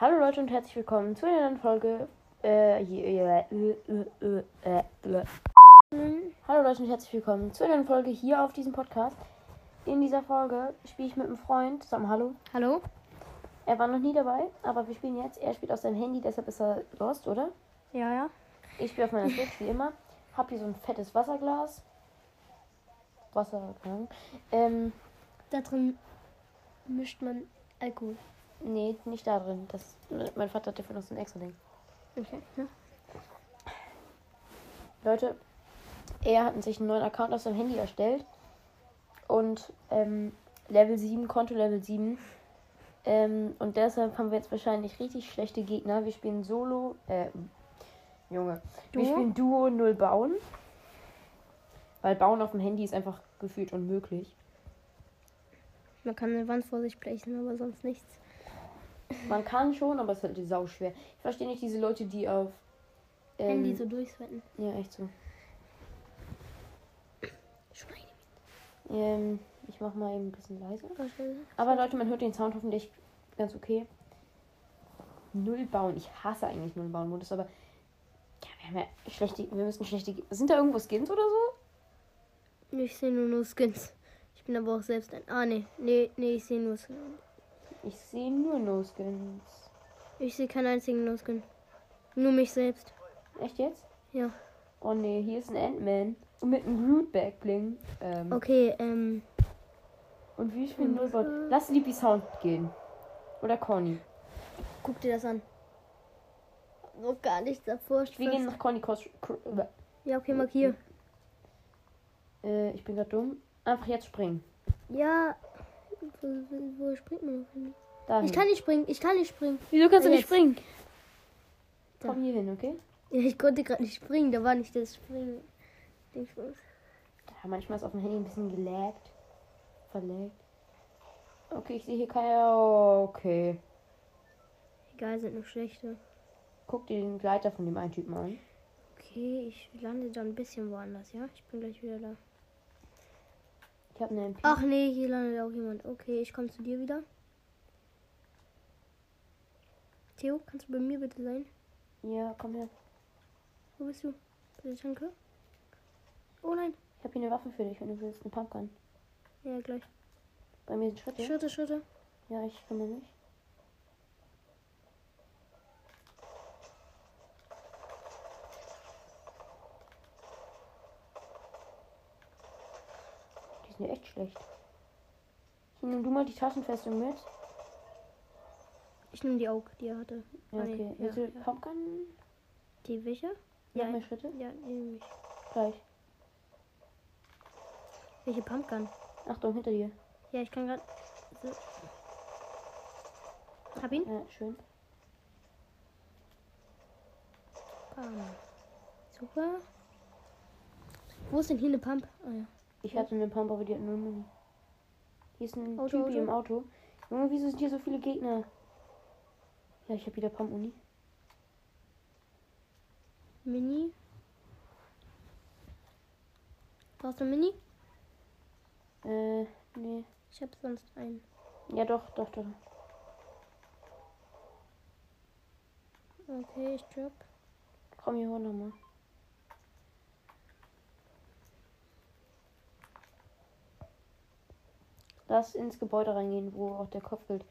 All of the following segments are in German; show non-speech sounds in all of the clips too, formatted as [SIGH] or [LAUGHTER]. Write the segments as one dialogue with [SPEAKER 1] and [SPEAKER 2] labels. [SPEAKER 1] Hallo Leute und herzlich willkommen zu einer neuen Folge. Äh, hier, äh, äh, äh, äh. Hm, Hallo Leute und herzlich willkommen zu einer neuen Folge hier auf diesem Podcast. In dieser Folge spiele ich mit einem Freund zusammen. Hallo.
[SPEAKER 2] Hallo?
[SPEAKER 1] Er war noch nie dabei, aber wir spielen jetzt. Er spielt auf seinem Handy, deshalb ist er lost, oder?
[SPEAKER 2] Ja, ja.
[SPEAKER 1] Ich spiele auf meiner Switch wie immer. Hab hier so ein fettes Wasserglas. Wasser, keine Ahnung. Ähm,
[SPEAKER 2] Da drin mischt man Alkohol.
[SPEAKER 1] nee, nicht da drin. Das, mein Vater hat dafür noch so ein extra Ding.
[SPEAKER 2] Okay. Ja.
[SPEAKER 1] Leute, er hat sich einen neuen Account auf seinem Handy erstellt. Und ähm, Level 7, Konto Level 7. Ähm, und deshalb haben wir jetzt wahrscheinlich richtig schlechte Gegner. Wir spielen Solo, äh, Junge. Wir
[SPEAKER 2] Duo?
[SPEAKER 1] spielen Duo null Bauen. Weil Bauen auf dem Handy ist einfach gefühlt unmöglich.
[SPEAKER 2] Man kann eine Wand vor sich blechen, aber sonst nichts.
[SPEAKER 1] Man kann schon, aber es ist halt sau schwer. Ich verstehe nicht diese Leute, die auf ähm,
[SPEAKER 2] Handy so durchswetten.
[SPEAKER 1] Ja, echt so.
[SPEAKER 2] Schon eine Minute.
[SPEAKER 1] Ähm, ich mach mal eben ein bisschen leiser.
[SPEAKER 2] Oh, scheiße.
[SPEAKER 1] Aber Leute, man hört den Sound hoffentlich ganz okay. Null bauen. Ich hasse eigentlich Null bauen Modus, aber ja, wir haben ja schlechte, wir müssen schlechte. Sind da irgendwo Skins oder so?
[SPEAKER 2] Ich sehe nur nur Skins. Ich bin aber auch selbst ein. Ah, nee. Nee, nee, ich sehe nur Skins.
[SPEAKER 1] Ich sehe nur No Skins.
[SPEAKER 2] Ich sehe keinen einzigen nur Skin. Nur mich selbst.
[SPEAKER 1] Echt jetzt?
[SPEAKER 2] Ja.
[SPEAKER 1] Oh nee, hier ist ein Ant-Man. Und mit einem Groot Backbling. Ähm,
[SPEAKER 2] Okay, ähm.
[SPEAKER 1] Und wie spielen Null bauen? Lass Sleepy Sound gehen. Oder Conny.
[SPEAKER 2] Guck dir das an. Noch gar nichts erforscht.
[SPEAKER 1] Wir gehen
[SPEAKER 2] fast.
[SPEAKER 1] nach Conny Cross. Cr-
[SPEAKER 2] Ja, okay, markier.
[SPEAKER 1] Äh, ich bin gerade dumm. Einfach jetzt springen.
[SPEAKER 2] Ja. Wo, wo springt man denn?
[SPEAKER 1] Dahin.
[SPEAKER 2] Ich kann nicht springen, ich kann nicht springen.
[SPEAKER 1] Wieso kannst du nicht
[SPEAKER 2] Jetzt.
[SPEAKER 1] springen?
[SPEAKER 2] Da.
[SPEAKER 1] Komm hier hin, okay?
[SPEAKER 2] Ja, ich konnte gerade nicht springen, da war nicht das Springen. Dings los.
[SPEAKER 1] Ja, manchmal ist auf dem Handy ein bisschen gelaggt. Verlaggt. Okay, ich sehe hier keine. Oh, Okay.
[SPEAKER 2] Egal, sind nur schlechte.
[SPEAKER 1] Guck dir den Gleiter von dem einen Typen an.
[SPEAKER 2] Okay, ich lande da ein bisschen woanders, ja? Ich bin gleich wieder da.
[SPEAKER 1] Ich habe eine MP.
[SPEAKER 2] Ach nee, hier landet auch jemand. Okay, ich komme zu dir wieder. Theo, kannst du bei mir bitte sein?
[SPEAKER 1] Ja, komm her.
[SPEAKER 2] Wo bist du? Bei der Tanke? Oh nein.
[SPEAKER 1] Ich habe hier eine Waffe für dich, wenn du willst. Eine Pumpgun.
[SPEAKER 2] Ja, gleich.
[SPEAKER 1] Bei mir sind Schritte.
[SPEAKER 2] Schritte, Schritte.
[SPEAKER 1] Ja, ich komme nicht. Die sind ja echt schlecht. Hier, nimm du mal die Taschenfestung mit.
[SPEAKER 2] Ich nehme die Aug, die er hatte.
[SPEAKER 1] Ja,
[SPEAKER 2] Ah, nee,
[SPEAKER 1] okay.
[SPEAKER 2] ja,
[SPEAKER 1] Willst du
[SPEAKER 2] ja.
[SPEAKER 1] Popcorn?
[SPEAKER 2] Die welche?
[SPEAKER 1] Noch
[SPEAKER 2] Nein.
[SPEAKER 1] mehr Schritte?
[SPEAKER 2] Ja, nehme ich.
[SPEAKER 1] Gleich.
[SPEAKER 2] Welche Pumpgun?
[SPEAKER 1] Achtung, hinter dir.
[SPEAKER 2] Ja, ich kann gerade. So. Hab ihn?
[SPEAKER 1] Ja, schön.
[SPEAKER 2] Bam. Super. Wo ist denn hier eine Pump? Ah ja.
[SPEAKER 1] Ich hatte eine Pump, aber die hat null Muni. Hier ist ein
[SPEAKER 2] Auto,
[SPEAKER 1] Typi
[SPEAKER 2] Auto.
[SPEAKER 1] im Auto. Junge, wieso sind hier so viele Gegner? Ja, ich habe wieder Pump-Uni.
[SPEAKER 2] Mini. Brauchst du ein Mini?
[SPEAKER 1] Äh, nee.
[SPEAKER 2] Ich hab sonst einen.
[SPEAKER 1] Ja, doch, doch, doch.
[SPEAKER 2] Okay, ich drop.
[SPEAKER 1] Komm hier hoch nochmal. Lass ins Gebäude reingehen, wo auch der Kopf gilt.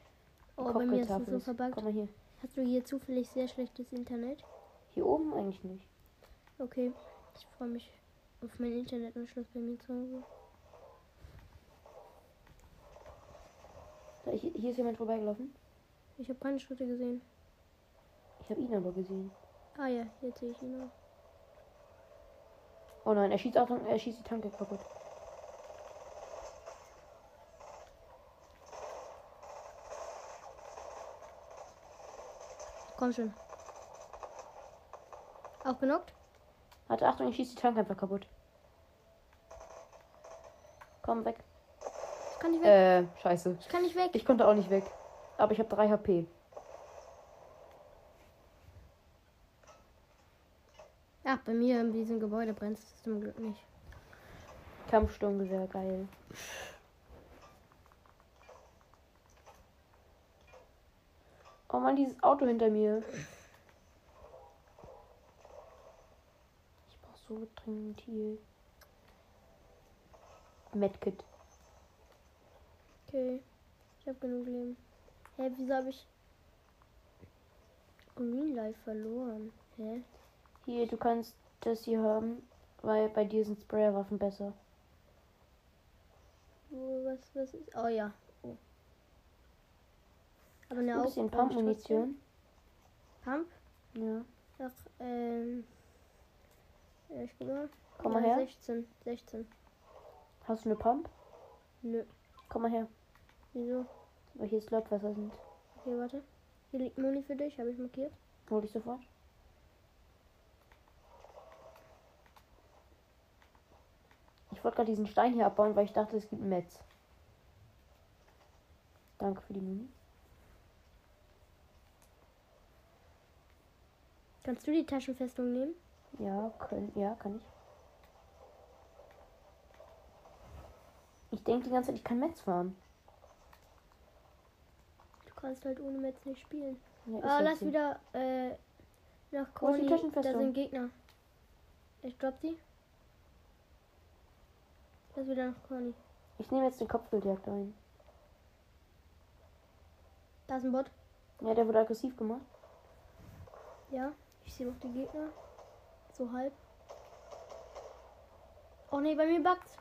[SPEAKER 2] Oh, bei mir ist es so
[SPEAKER 1] Komm
[SPEAKER 2] verbuggt.
[SPEAKER 1] mal hier.
[SPEAKER 2] Hast du hier zufällig sehr schlechtes Internet?
[SPEAKER 1] Hier oben eigentlich nicht.
[SPEAKER 2] Okay. Ich freue mich auf meinen Internetanschluss bei mir zu Hause.
[SPEAKER 1] Da, hier, hier ist jemand vorbeigelaufen.
[SPEAKER 2] Ich habe keine Schritte gesehen.
[SPEAKER 1] Ich habe ihn aber gesehen.
[SPEAKER 2] Ah ja, jetzt sehe ich ihn auch.
[SPEAKER 1] Oh nein, er schießt, auch, er schießt die Tanke kaputt.
[SPEAKER 2] Komm schon. Auch genockt?
[SPEAKER 1] Warte, Achtung, ich schieße die Tank einfach kaputt. Komm weg.
[SPEAKER 2] Ich kann nicht weg.
[SPEAKER 1] Äh, scheiße.
[SPEAKER 2] Ich kann nicht weg.
[SPEAKER 1] Ich konnte auch nicht weg. Aber ich habe 3 HP.
[SPEAKER 2] Ach, bei mir in diesem Gebäude brennt es zum Glück nicht.
[SPEAKER 1] Kampfsturm wäre geil. Oh Mann, dieses Auto hinter mir. Ich brauche so dringend hier. Medkit.
[SPEAKER 2] Okay. Ich habe genug Leben. Hä, wieso habe ich Green Life verloren? Hä?
[SPEAKER 1] Hier, du kannst das hier haben, weil bei dir sind Sprayerwaffen besser.
[SPEAKER 2] Wo, was, was ist? Oh ja. Oh. Aber eine
[SPEAKER 1] Ein bisschen
[SPEAKER 2] Augenbrauen-
[SPEAKER 1] Pumpmunition.
[SPEAKER 2] Pump?
[SPEAKER 1] Ja.
[SPEAKER 2] Ach, ähm. Ja, ich guck mal. Äh,
[SPEAKER 1] Komm mal
[SPEAKER 2] Ja,
[SPEAKER 1] her.
[SPEAKER 2] 16, 16.
[SPEAKER 1] Hast du eine Pump?
[SPEAKER 2] Nö.
[SPEAKER 1] Komm mal her.
[SPEAKER 2] Wieso?
[SPEAKER 1] Weil hier Slotwässer sind.
[SPEAKER 2] Okay, warte. Hier liegt Moni für dich, habe ich markiert.
[SPEAKER 1] Hol ich sofort. Ich wollte gerade diesen Stein hier abbauen, weil ich dachte, es gibt ein Metz. Danke für die Mini.
[SPEAKER 2] Kannst du die Taschenfestung nehmen?
[SPEAKER 1] Ja, können, ja, kann ich. Ich denke die ganze Zeit, ich kann Metz fahren.
[SPEAKER 2] Du kannst halt ohne Metz nicht spielen.
[SPEAKER 1] Ja, ist
[SPEAKER 2] Ah,
[SPEAKER 1] halt
[SPEAKER 2] lass
[SPEAKER 1] so.
[SPEAKER 2] wieder äh, nach
[SPEAKER 1] Wo ist die
[SPEAKER 2] Conny. Da
[SPEAKER 1] Taschenfestung?
[SPEAKER 2] sind Gegner. Ich drop die. Lass wieder nach Conny.
[SPEAKER 1] Ich nehme jetzt den Kopfgeldjagd ein.
[SPEAKER 2] Da ist ein Bot.
[SPEAKER 1] Ja, der wurde aggressiv gemacht.
[SPEAKER 2] Ja, ich sehe noch die Gegner. So halb. Oh nee, bei mir backt's.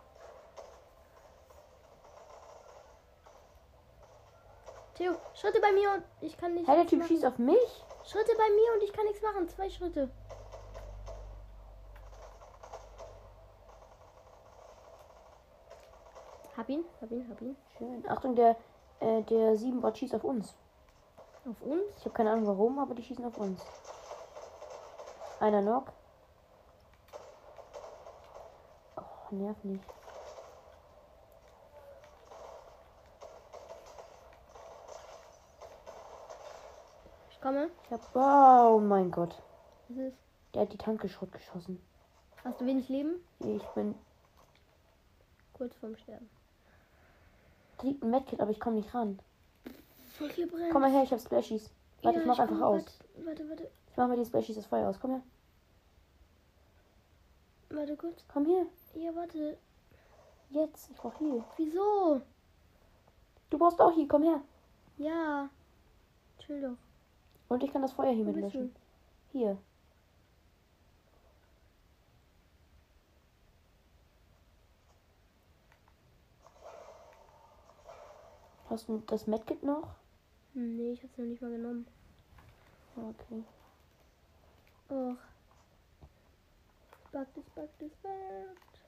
[SPEAKER 2] Theo, Schritte bei mir und ich kann nicht.
[SPEAKER 1] Hey, der Typ
[SPEAKER 2] machen.
[SPEAKER 1] schießt auf mich?
[SPEAKER 2] Schritte bei mir und ich kann nichts machen. Zwei Schritte. Hab ihn, hab ihn, hab ihn.
[SPEAKER 1] Schön. Achtung, der, äh, der 7-Bot schießt auf uns.
[SPEAKER 2] Auf uns?
[SPEAKER 1] Ich habe keine Ahnung warum, aber die schießen auf uns. Einer knock. Oh, nerv nicht.
[SPEAKER 2] Ich komme.
[SPEAKER 1] Ich hab. Oh mein Gott.
[SPEAKER 2] Das ist.
[SPEAKER 1] Der hat die Tanke Schrott geschossen.
[SPEAKER 2] Hast du wenig Leben?
[SPEAKER 1] Ich bin.
[SPEAKER 2] Kurz vorm Sterben.
[SPEAKER 1] Da liegt ein Medkit, aber ich komme nicht ran.
[SPEAKER 2] Voll hier brennt.
[SPEAKER 1] Komm mal her, ich hab Splashies. Warte,
[SPEAKER 2] Ja,
[SPEAKER 1] ich mach einfach
[SPEAKER 2] komm,
[SPEAKER 1] aus.
[SPEAKER 2] Warte, warte, warte,
[SPEAKER 1] Ich mach mal die Splashies das Feuer aus. Komm her.
[SPEAKER 2] warte kurz.
[SPEAKER 1] Komm her.
[SPEAKER 2] Ja, warte.
[SPEAKER 1] Jetzt. Ich brauch hier.
[SPEAKER 2] Wieso?
[SPEAKER 1] Du brauchst auch hier. Komm her.
[SPEAKER 2] Ja. Chill doch.
[SPEAKER 1] Und ich kann das Feuer hier
[SPEAKER 2] Wo
[SPEAKER 1] mit
[SPEAKER 2] bist
[SPEAKER 1] löschen. Hier. Hast du das Medkit noch?
[SPEAKER 2] Hm, nee, ich hab's noch nicht mal genommen.
[SPEAKER 1] Okay.
[SPEAKER 2] Och. Es Backt, es backt, es backt.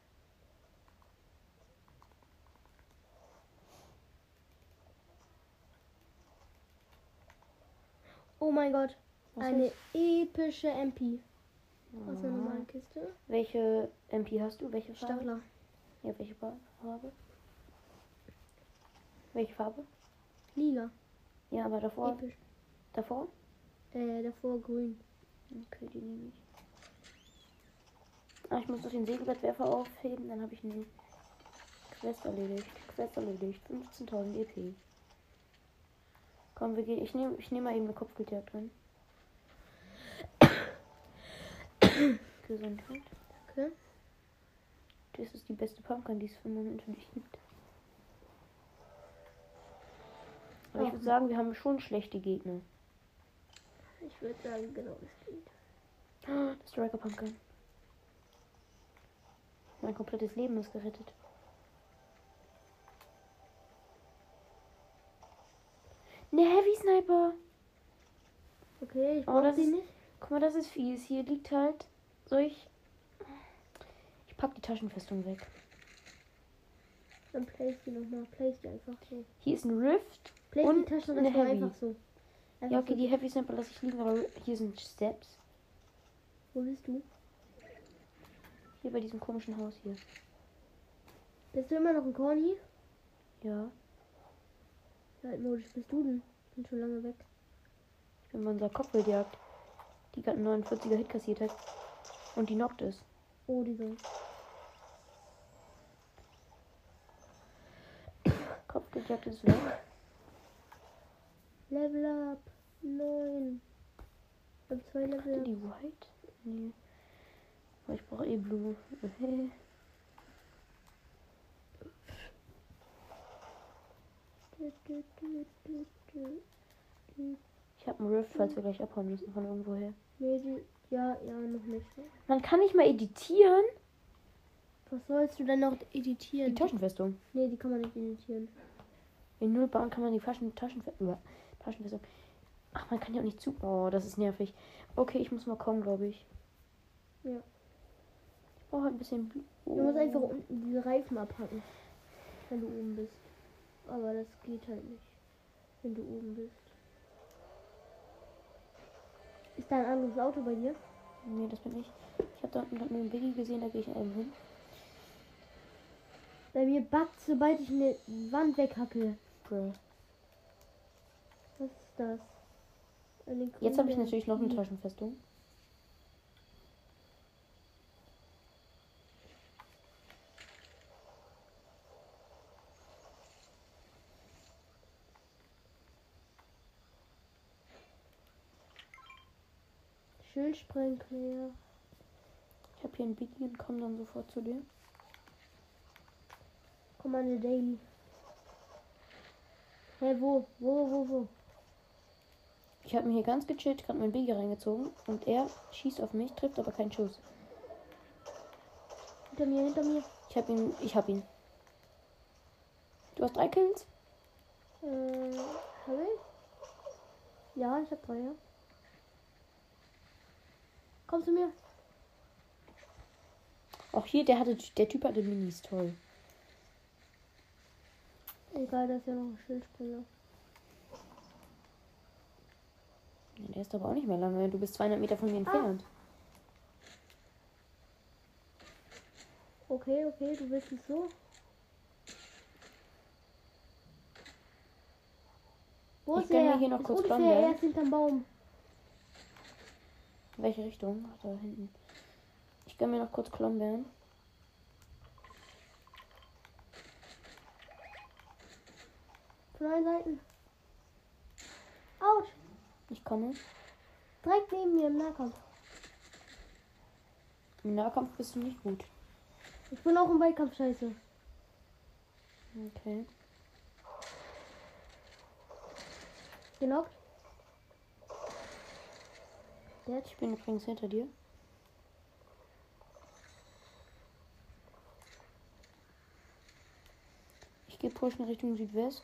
[SPEAKER 2] Oh mein Gott.
[SPEAKER 1] Was
[SPEAKER 2] eine
[SPEAKER 1] ist? Ah.
[SPEAKER 2] epische MP. Aus einer
[SPEAKER 1] Ja.
[SPEAKER 2] normalen Kiste.
[SPEAKER 1] Welche MP hast du? Welche Farbe?
[SPEAKER 2] Stachler.
[SPEAKER 1] Ja, welche Fa- Farbe? Welche Farbe?
[SPEAKER 2] Lila.
[SPEAKER 1] Ja, aber davor.
[SPEAKER 2] Episch.
[SPEAKER 1] Davor?
[SPEAKER 2] Äh, davor grün.
[SPEAKER 1] Okay, die nehme ich. Ah, ich muss noch den Segelbrettwerfer aufheben, dann habe ich eine Quest erledigt. Quest erledigt. 15.000 EP. Komm, wir gehen. Ich nehme ich nehm mal eben eine Kopfgeldjagd drin. [COUGHS] Gesundheit.
[SPEAKER 2] Okay.
[SPEAKER 1] Das ist die beste Pumpkin, die es für Moment nicht gibt. Aber ich
[SPEAKER 2] Ja.
[SPEAKER 1] würde sagen, wir haben schon schlechte Gegner.
[SPEAKER 2] Ich würde sagen, genau das geht.
[SPEAKER 1] Das Striker Pumpkin. Mein komplettes Leben ist gerettet. Ne Heavy Sniper.
[SPEAKER 2] Okay, ich
[SPEAKER 1] Oh,
[SPEAKER 2] brauche
[SPEAKER 1] das
[SPEAKER 2] sie
[SPEAKER 1] ist-
[SPEAKER 2] nicht.
[SPEAKER 1] Guck mal, das ist fies. Hier liegt halt solch. Ich pack die Taschenfestung weg.
[SPEAKER 2] Dann place die nochmal. Place die einfach so.
[SPEAKER 1] Hier ist ein Rift.
[SPEAKER 2] Place
[SPEAKER 1] Und
[SPEAKER 2] die Taschen
[SPEAKER 1] eine
[SPEAKER 2] einfach,
[SPEAKER 1] Heavy.
[SPEAKER 2] einfach so. Einfach
[SPEAKER 1] Ja, okay,
[SPEAKER 2] so.
[SPEAKER 1] die Heavy Sniper lasse ich liegen, aber hier sind Steps.
[SPEAKER 2] Wo bist du?
[SPEAKER 1] Hier bei diesem komischen Haus hier.
[SPEAKER 2] Bist du immer noch ein Corny?
[SPEAKER 1] Ja,
[SPEAKER 2] Ja, altmodisch bist du denn? Bin schon lange weg.
[SPEAKER 1] ich bin bei unserer Kopfgeldjagd, die gerade einen 49er Hit kassiert hat. Und die knockt ist.
[SPEAKER 2] Oh, die Sonne.
[SPEAKER 1] Kopfgeldjagd ist weg.
[SPEAKER 2] Level up. Nein. Ich hab zwei
[SPEAKER 1] Hatte
[SPEAKER 2] Level.
[SPEAKER 1] die White? Nee. Aber ich brauche eh Blue. Hey.
[SPEAKER 2] Du, du, du, du, du.
[SPEAKER 1] Ich habe einen Rift, falls wir gleich abhauen müssen von irgendwoher.
[SPEAKER 2] Nee, die, ja, ja, noch nicht.
[SPEAKER 1] Man kann nicht mal editieren.
[SPEAKER 2] Was sollst du denn noch
[SPEAKER 1] Die
[SPEAKER 2] editieren?
[SPEAKER 1] Taschenfestung.
[SPEAKER 2] Nee, die kann man nicht editieren.
[SPEAKER 1] In Nullbahn kann man die Taschen, Taschenfestung. Taschenfestung. Ach, man kann ja auch nicht zu. Oh, das ist nervig. Okay, ich muss mal kommen, glaube ich.
[SPEAKER 2] Ja.
[SPEAKER 1] Ich brauche halt ein bisschen Blue.
[SPEAKER 2] Du musst einfach unten diese Reifen abhacken, wenn du oben bist. Aber das geht halt nicht, wenn du oben bist. Ist da ein anderes Auto bei dir?
[SPEAKER 1] Oh, Nee, das bin ich. Ich habe da unten gerade einen Biggie gesehen, da gehe ich einem hin.
[SPEAKER 2] Bei mir backt, sobald ich eine Wand weghacke.
[SPEAKER 1] Bruh.
[SPEAKER 2] Was ist das? Eine
[SPEAKER 1] Jetzt habe ich
[SPEAKER 2] grüne-
[SPEAKER 1] natürlich noch eine Taschenfestung.
[SPEAKER 2] Schildsprengkläger.
[SPEAKER 1] Ich habe hier einen Biggie und komme dann sofort zu dir.
[SPEAKER 2] Kommande Daily. Hä, wo? Wo, wo, wo?
[SPEAKER 1] Ich habe mir hier ganz gechillt, gerade meinen Biggie reingezogen und er schießt auf mich, trifft aber keinen Schuss.
[SPEAKER 2] Hinter mir, hinter mir.
[SPEAKER 1] Ich habe ihn, ich habe ihn. Du hast drei Kills?
[SPEAKER 2] Äh, hab ich? Ja, ich hab drei, ja. Komm zu mir.
[SPEAKER 1] Auch hier, der hatte, der Typ hatte Minis, toll.
[SPEAKER 2] Egal, da ist ja noch ein Schildspringer.
[SPEAKER 1] Ja, Der ist aber auch nicht mehr lange. Du bist 200 Meter von mir entfernt.
[SPEAKER 2] Okay, okay, du willst es so. Wo
[SPEAKER 1] Ich
[SPEAKER 2] ist
[SPEAKER 1] gönn
[SPEAKER 2] er?
[SPEAKER 1] mir hier noch
[SPEAKER 2] ist
[SPEAKER 1] kurz
[SPEAKER 2] ungefähr,
[SPEAKER 1] Brombeeren.
[SPEAKER 2] Er ist hinterm Baum.
[SPEAKER 1] In welche Richtung? Ach, da hinten. Ich gönn mir noch kurz Klombeeren.
[SPEAKER 2] Von allen Seiten. Autsch!
[SPEAKER 1] Ich komme.
[SPEAKER 2] Direkt neben mir im Nahkampf.
[SPEAKER 1] Im Nahkampf bist du nicht gut.
[SPEAKER 2] Ich bin auch im Weitkampf scheiße.
[SPEAKER 1] Okay.
[SPEAKER 2] Genockt. Der
[SPEAKER 1] Ich bin übrigens hinter dir. Ich gehe pushen Richtung Südwest.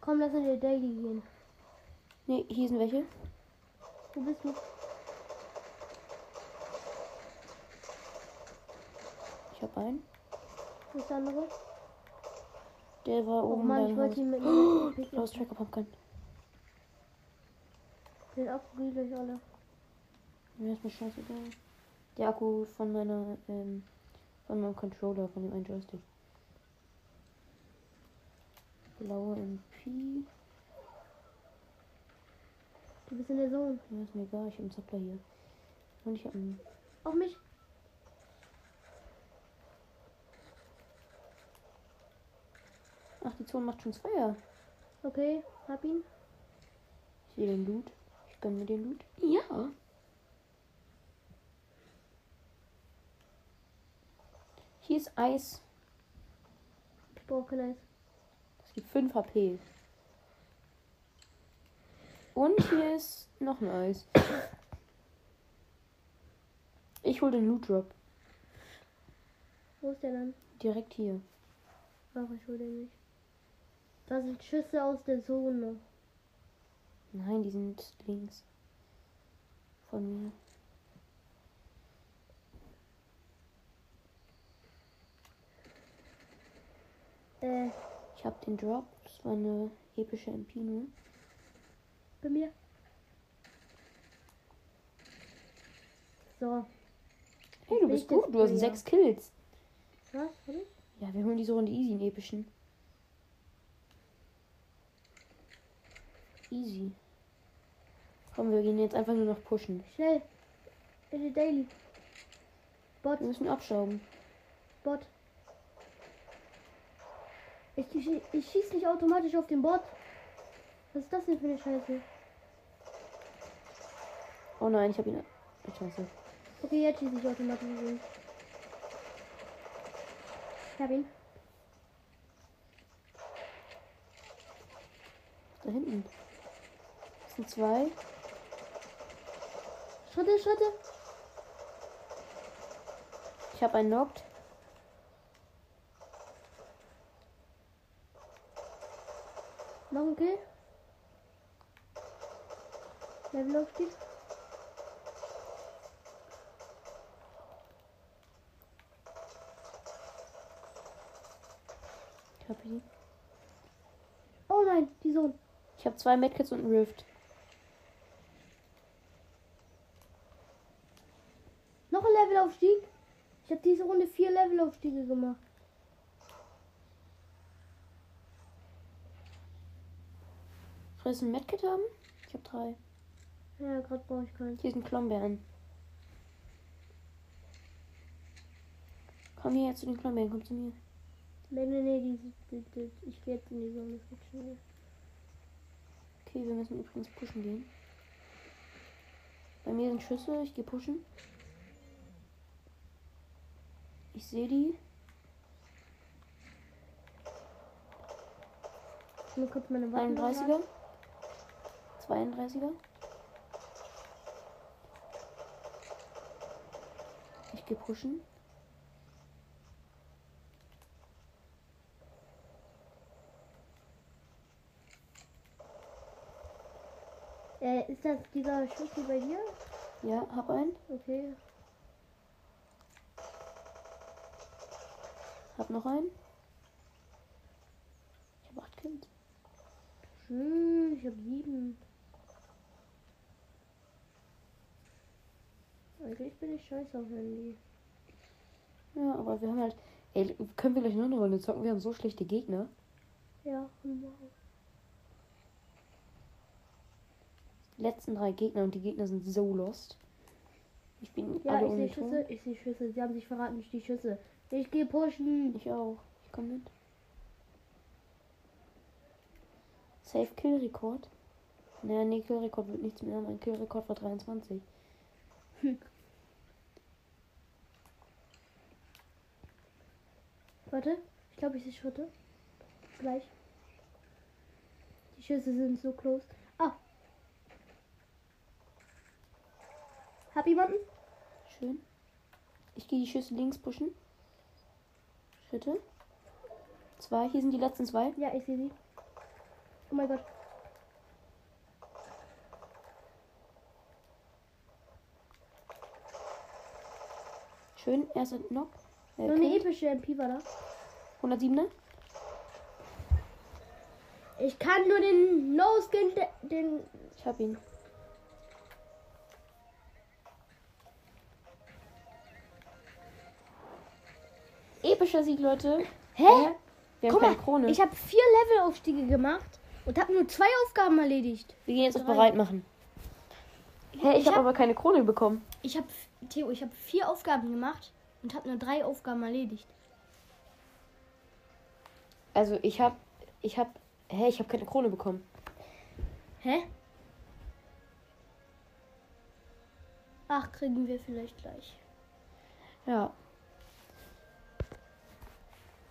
[SPEAKER 2] Komm, lass in der Daily gehen.
[SPEAKER 1] Ne, hier sind welche.
[SPEAKER 2] Wo bist du?
[SPEAKER 1] Ich habe einen.
[SPEAKER 2] Wo ist der andere?
[SPEAKER 1] Der war
[SPEAKER 2] Oh
[SPEAKER 1] oben
[SPEAKER 2] Mann,
[SPEAKER 1] beim
[SPEAKER 2] ich wollte
[SPEAKER 1] Haus.
[SPEAKER 2] ihn mit
[SPEAKER 1] Blaues Tracker Pumpkin.
[SPEAKER 2] Den Akku geht euch alle.
[SPEAKER 1] Mir ist mir scheißegal. Der Akku von meiner, ähm, von meinem Controller, von dem einen Joystick. Blaue MP.
[SPEAKER 2] Du bist in der Zone.
[SPEAKER 1] Mir ist mir egal, ich habe einen Zappler hier. Und ich habe einen.
[SPEAKER 2] Auf mich.
[SPEAKER 1] Ach, die Zone macht schon Zweier.
[SPEAKER 2] Okay, hab ihn.
[SPEAKER 1] Ich sehe den Loot. Ich gönn mir den Loot. Ja. Hier ist Eis.
[SPEAKER 2] Ich brauche kein Eis.
[SPEAKER 1] Es gibt 5 HP. Und hier ist noch ein Eis. Ich hole den Loot Drop.
[SPEAKER 2] Wo ist der denn?
[SPEAKER 1] Direkt hier.
[SPEAKER 2] Ach, ich hol den nicht. Da sind Schüsse aus der Zone.
[SPEAKER 1] Nein, die sind links. Von mir.
[SPEAKER 2] Äh,
[SPEAKER 1] Ich habe den Drop. Das war eine epische ne? MP nur.
[SPEAKER 2] bei mir. So,
[SPEAKER 1] Hey, du bist gut. Du hast 6 Kills.
[SPEAKER 2] was? Hab ich?
[SPEAKER 1] Ja, wir holen diese Runde easy in epischen. Easy. Komm, wir gehen jetzt einfach nur noch pushen.
[SPEAKER 2] Schnell. In die Daily. Bot,
[SPEAKER 1] Wir müssen abschrauben.
[SPEAKER 2] Bot. Ich, ich, ich schieß nicht automatisch auf den Bot. Was ist das denn für eine Scheiße?
[SPEAKER 1] Oh nein, ich habe ihn. Ich weiß nicht.
[SPEAKER 2] Okay, jetzt schieße ich automatisieren. Ich hab ihn.
[SPEAKER 1] Da hinten. Das sind zwei.
[SPEAKER 2] Schritte, Schritte.
[SPEAKER 1] Ich habe einen Knocked.
[SPEAKER 2] Noch ein Kill. Levelaufstieg.
[SPEAKER 1] Ich habe ihn.
[SPEAKER 2] Oh nein, die Sohn.
[SPEAKER 1] Ich habe zwei Medkits und einen Rift.
[SPEAKER 2] Noch ein Levelaufstieg. Ich habe diese Runde vier Levelaufstiege gemacht.
[SPEAKER 1] Soll ich einen Medkit haben? Ich habe drei.
[SPEAKER 2] Ja, gerade brauche ich keinen.
[SPEAKER 1] Hier sind Klombeeren. Komm hier zu den Klombeeren, komm zu mir.
[SPEAKER 2] Nee, nee, nee, die, die, die, ich gehe jetzt in die Sonne. Das wird schnell.
[SPEAKER 1] Okay, wir müssen übrigens pushen gehen. Bei mir sind Schüsse, ich gehe pushen. Ich sehe die.
[SPEAKER 2] Ich muss kurz meine Waffen
[SPEAKER 1] 31er. 32er. Ich gehe pushen.
[SPEAKER 2] nachladen. Äh, ist das dieser Schuss hier bei dir?
[SPEAKER 1] Ja, hab einen.
[SPEAKER 2] Okay.
[SPEAKER 1] Hab noch einen. Ich habe acht Kills.
[SPEAKER 2] Schön, Hm, ich habe sieben. Eigentlich bin ich scheiße auf Handy.
[SPEAKER 1] Ja, aber wir haben halt. Ey, können wir gleich noch eine Runde zocken? Wir haben so schlechte Gegner.
[SPEAKER 2] Ja, normal.
[SPEAKER 1] Die letzten drei Gegner und die Gegner sind so lost. Ich bin
[SPEAKER 2] Ja,
[SPEAKER 1] alle
[SPEAKER 2] ich sehe
[SPEAKER 1] ohne Ton.
[SPEAKER 2] Schüsse, ich sehe Schüsse. Sie haben sich verraten, ich die Schüsse. Ich gehe pushen.
[SPEAKER 1] Ich auch. Ich komme mit. Safe Kill Rekord. Naja, nee, Kill Rekord wird nichts mehr. Mein Kill Rekord war 23.
[SPEAKER 2] Warte, ich glaube, ich sehe Schritte. Gleich. Die Schüsse sind so close. Ah. Hab jemanden?
[SPEAKER 1] Schön. Ich gehe die Schüsse links pushen. Schritte. Zwei. Hier sind die letzten zwei.
[SPEAKER 2] Ja, ich sehe sie. Oh mein Gott.
[SPEAKER 1] Schön. Erster Knock. Äh,
[SPEAKER 2] Nur eine
[SPEAKER 1] Kill.
[SPEAKER 2] epische MP war da.
[SPEAKER 1] 107er.
[SPEAKER 2] Ich kann nur den No-Skin, de- den
[SPEAKER 1] Ich hab ihn. Epischer Sieg, Leute.
[SPEAKER 2] Hä?
[SPEAKER 1] Wir haben
[SPEAKER 2] Guck
[SPEAKER 1] keine
[SPEAKER 2] mal,
[SPEAKER 1] Krone.
[SPEAKER 2] Ich habe vier Levelaufstiege gemacht und habe nur zwei Aufgaben erledigt.
[SPEAKER 1] Wir gehen jetzt auch
[SPEAKER 2] Drei.
[SPEAKER 1] bereit machen. Hä, ich,
[SPEAKER 2] Ich
[SPEAKER 1] habe
[SPEAKER 2] hab-
[SPEAKER 1] aber keine Krone bekommen.
[SPEAKER 2] Ich habe Theo, ich habe vier Aufgaben gemacht und habe nur drei Aufgaben erledigt.
[SPEAKER 1] Also ich habe, ich habe, hä, ich habe keine Krone bekommen.
[SPEAKER 2] Hä? Ach, kriegen wir vielleicht gleich.
[SPEAKER 1] Ja.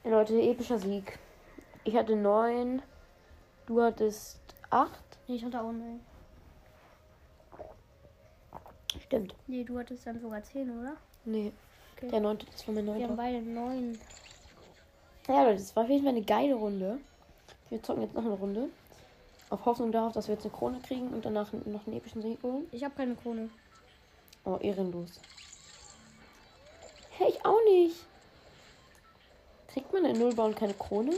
[SPEAKER 1] Leute, epischer Sieg. Ich hatte neun, du hattest acht.
[SPEAKER 2] Nee, ich hatte auch neun.
[SPEAKER 1] Stimmt.
[SPEAKER 2] Nee, du hattest dann sogar zehn, oder?
[SPEAKER 1] Nee.
[SPEAKER 2] Okay.
[SPEAKER 1] Der neunte, das war mein
[SPEAKER 2] Wir haben
[SPEAKER 1] neunter.
[SPEAKER 2] beide neun.
[SPEAKER 1] Ja, Leute, das war auf jeden Fall eine geile Runde. Wir zocken jetzt noch eine Runde. Auf Hoffnung darauf, dass wir jetzt eine Krone kriegen und danach noch einen epischen Sieg holen.
[SPEAKER 2] Ich habe keine Krone.
[SPEAKER 1] Oh, ehrenlos. Hey, ich auch nicht. Kriegt man in Nullbau und keine Krone?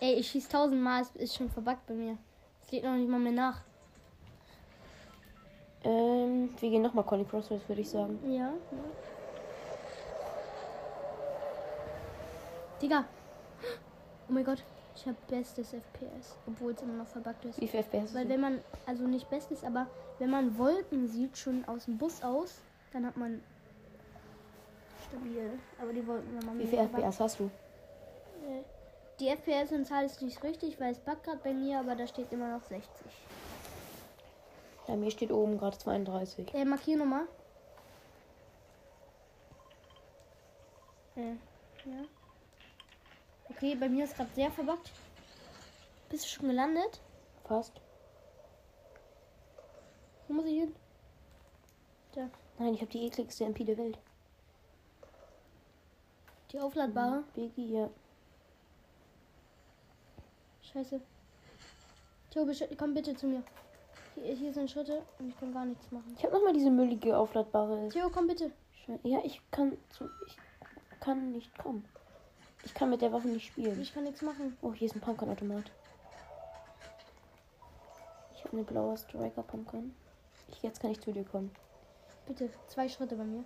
[SPEAKER 2] Ey, ich schieß tausendmal, es ist schon verbuggt bei mir. Es lädt noch nicht mal mehr nach.
[SPEAKER 1] Ähm, wir gehen nochmal Conny Crossroads, würde ich sagen.
[SPEAKER 2] Ja, ja. Digga. Oh mein Gott. Ich habe bestes FPS, obwohl es immer noch verbuggt ist.
[SPEAKER 1] Wie viel FPS ist
[SPEAKER 2] Weil
[SPEAKER 1] das?
[SPEAKER 2] wenn man, also nicht bestes, aber wenn man Wolken sieht, schon aus dem Bus aus, dann hat man stabil. Aber die Wolken, wenn man
[SPEAKER 1] Wie viel
[SPEAKER 2] mit-
[SPEAKER 1] FPS hast du?
[SPEAKER 2] Äh, Die FPS-Zahl ist nicht richtig, weil es backt gerade bei mir, aber da steht immer noch 60.
[SPEAKER 1] Bei mir steht oben gerade 32.
[SPEAKER 2] Äh, markier nochmal. Äh, ja. Okay, bei mir ist gerade sehr verbuggt. Bist du schon gelandet?
[SPEAKER 1] Fast.
[SPEAKER 2] Wo muss ich hin? Da.
[SPEAKER 1] Nein, ich habe die ekligste MP der Welt.
[SPEAKER 2] Die aufladbare.
[SPEAKER 1] Biggie, ja.
[SPEAKER 2] Scheiße. Tobi, sch- komm bitte zu mir. Hier, hier sind Schritte und ich kann gar nichts machen.
[SPEAKER 1] Ich habe nochmal diese müllige aufladbare.
[SPEAKER 2] Theo, komm bitte.
[SPEAKER 1] Sche- Ja, ich kann zu, ich kann nicht kommen. Ich kann mit der Waffe nicht spielen.
[SPEAKER 2] Ich kann nichts machen.
[SPEAKER 1] Oh, hier ist ein Pumpkin-Automat. Ich habe eine blaue Striker-Pumpkin. Ich, jetzt kann ich zu dir kommen.
[SPEAKER 2] Bitte, zwei Schritte bei mir.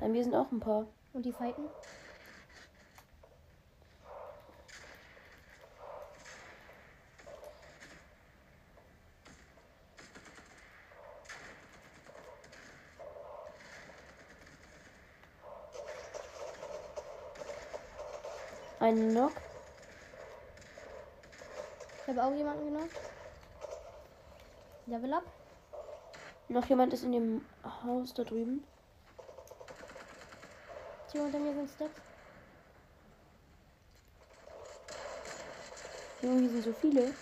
[SPEAKER 1] Bei mir sind auch ein paar.
[SPEAKER 2] Und die fighten.
[SPEAKER 1] Einen Knock.
[SPEAKER 2] Ich habe auch jemanden genommen. Level up.
[SPEAKER 1] Noch jemand ist in dem Haus da drüben.
[SPEAKER 2] Theo, hinter mir sind Steps.
[SPEAKER 1] Junge, hier sind so viele.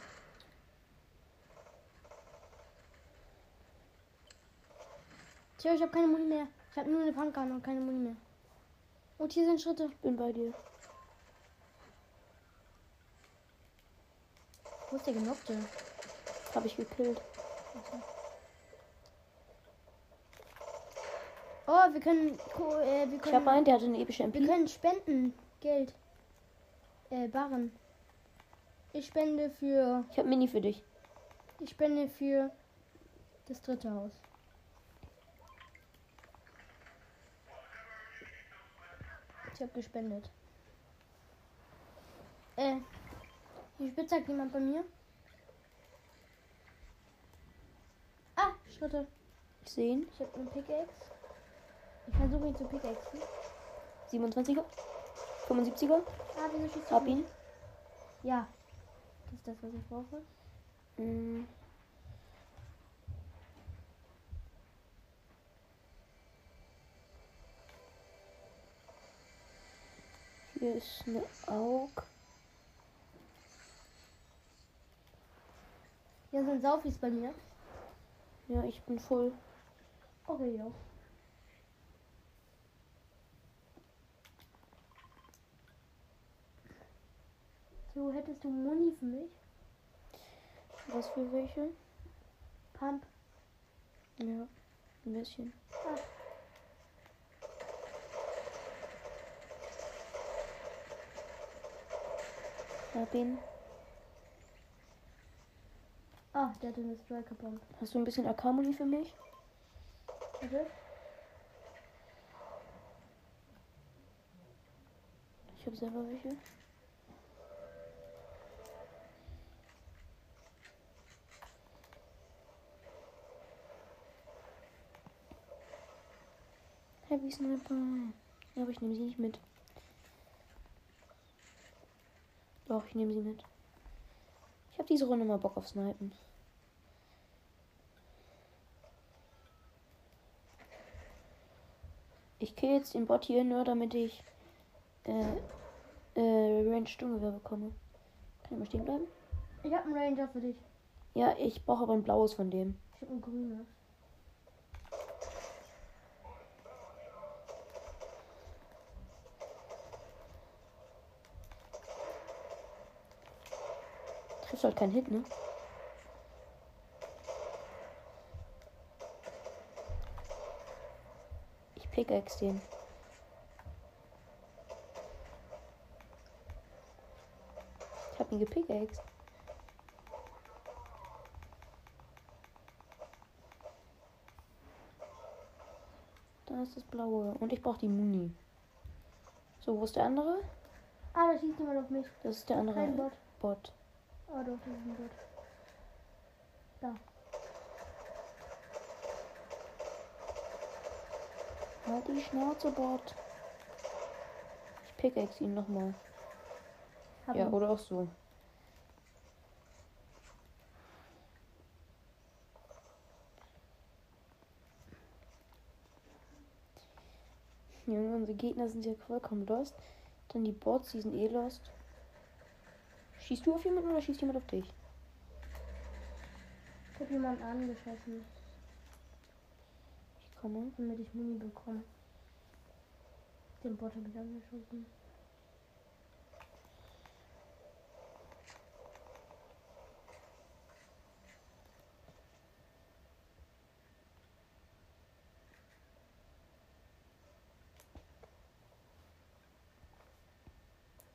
[SPEAKER 2] Theo, ich habe keine Muni mehr. Ich habe nur eine Pumpgun und keine Muni mehr. Und hier sind Schritte.
[SPEAKER 1] Bin bei dir.
[SPEAKER 2] Wo ist der Genockte?
[SPEAKER 1] Habe ich gekillt.
[SPEAKER 2] Oh, wir können. ko- Äh, wir
[SPEAKER 1] Ich habe
[SPEAKER 2] können,
[SPEAKER 1] einen, der hatte eine epische
[SPEAKER 2] wir
[SPEAKER 1] MP.
[SPEAKER 2] können spenden. Geld. Äh, Barren. Ich spende für.
[SPEAKER 1] Ich habe Mini für dich.
[SPEAKER 2] Ich spende für das dritte Haus. Ich habe gespendet. Äh, wie spitz sagt jemand bei mir? Ah, Schritte.
[SPEAKER 1] Ich sehe ihn.
[SPEAKER 2] Ich habe einen Pickaxe. Ich versuche ihn zu pickaxen.
[SPEAKER 1] 27er. 75er.
[SPEAKER 2] Ah, wieso schießt
[SPEAKER 1] Hab
[SPEAKER 2] mich?
[SPEAKER 1] ihn.
[SPEAKER 2] Ja. Das ist das, was ich brauche.
[SPEAKER 1] Mm. Hier ist eine Aug.
[SPEAKER 2] Hier sind Saufis bei mir.
[SPEAKER 1] Ja, ich bin voll.
[SPEAKER 2] Okay, ja. So, hättest du Muni für mich?
[SPEAKER 1] Was für welche?
[SPEAKER 2] Pump.
[SPEAKER 1] Ja, ein bisschen. Hab ihn.
[SPEAKER 2] Ah, der hat eine Striker Pump.
[SPEAKER 1] Hast du ein bisschen Akamuni für mich?
[SPEAKER 2] Bitte?
[SPEAKER 1] Ich habe selber welche. Heavy Sniper. Ja, aber ich nehme sie nicht mit. Doch, ich nehme sie mit. Ich habe diese Runde mal Bock auf Snipen. Ich kill jetzt den Bot hier nur, damit ich äh, äh, Range Sturmgewehr bekomme. Kann ich mal stehen bleiben?
[SPEAKER 2] Ich hab einen Ranger für dich.
[SPEAKER 1] Ja, ich brauche aber ein blaues von dem.
[SPEAKER 2] Ich hab ein grünes.
[SPEAKER 1] Trifft halt keinen Hit, ne? Ich pickaxe den. Ich hab ihn gepickaxed. Da ist das blaue. Und ich brauche die Muni. So, wo ist der andere?
[SPEAKER 2] Ah, da schießt jemand auf mich.
[SPEAKER 1] Das ist der andere
[SPEAKER 2] Kein Bot.
[SPEAKER 1] Bot.
[SPEAKER 2] Oh doch, das ist ein Bot. Da.
[SPEAKER 1] Halt die Schnauze, Bot. Pickaxe ihn nochmal.
[SPEAKER 2] Hab
[SPEAKER 1] Ja,
[SPEAKER 2] ihn.
[SPEAKER 1] oder auch so. Junge, unsere Gegner sind ja vollkommen lost. Dann die Bots, die sind eh lost. Schießt du auf jemanden oder schießt jemand auf dich?
[SPEAKER 2] Ich hab jemanden angeschossen,
[SPEAKER 1] Ich komme.
[SPEAKER 2] damit ich Muni bekomme. Den Bot hab ich angeschossen.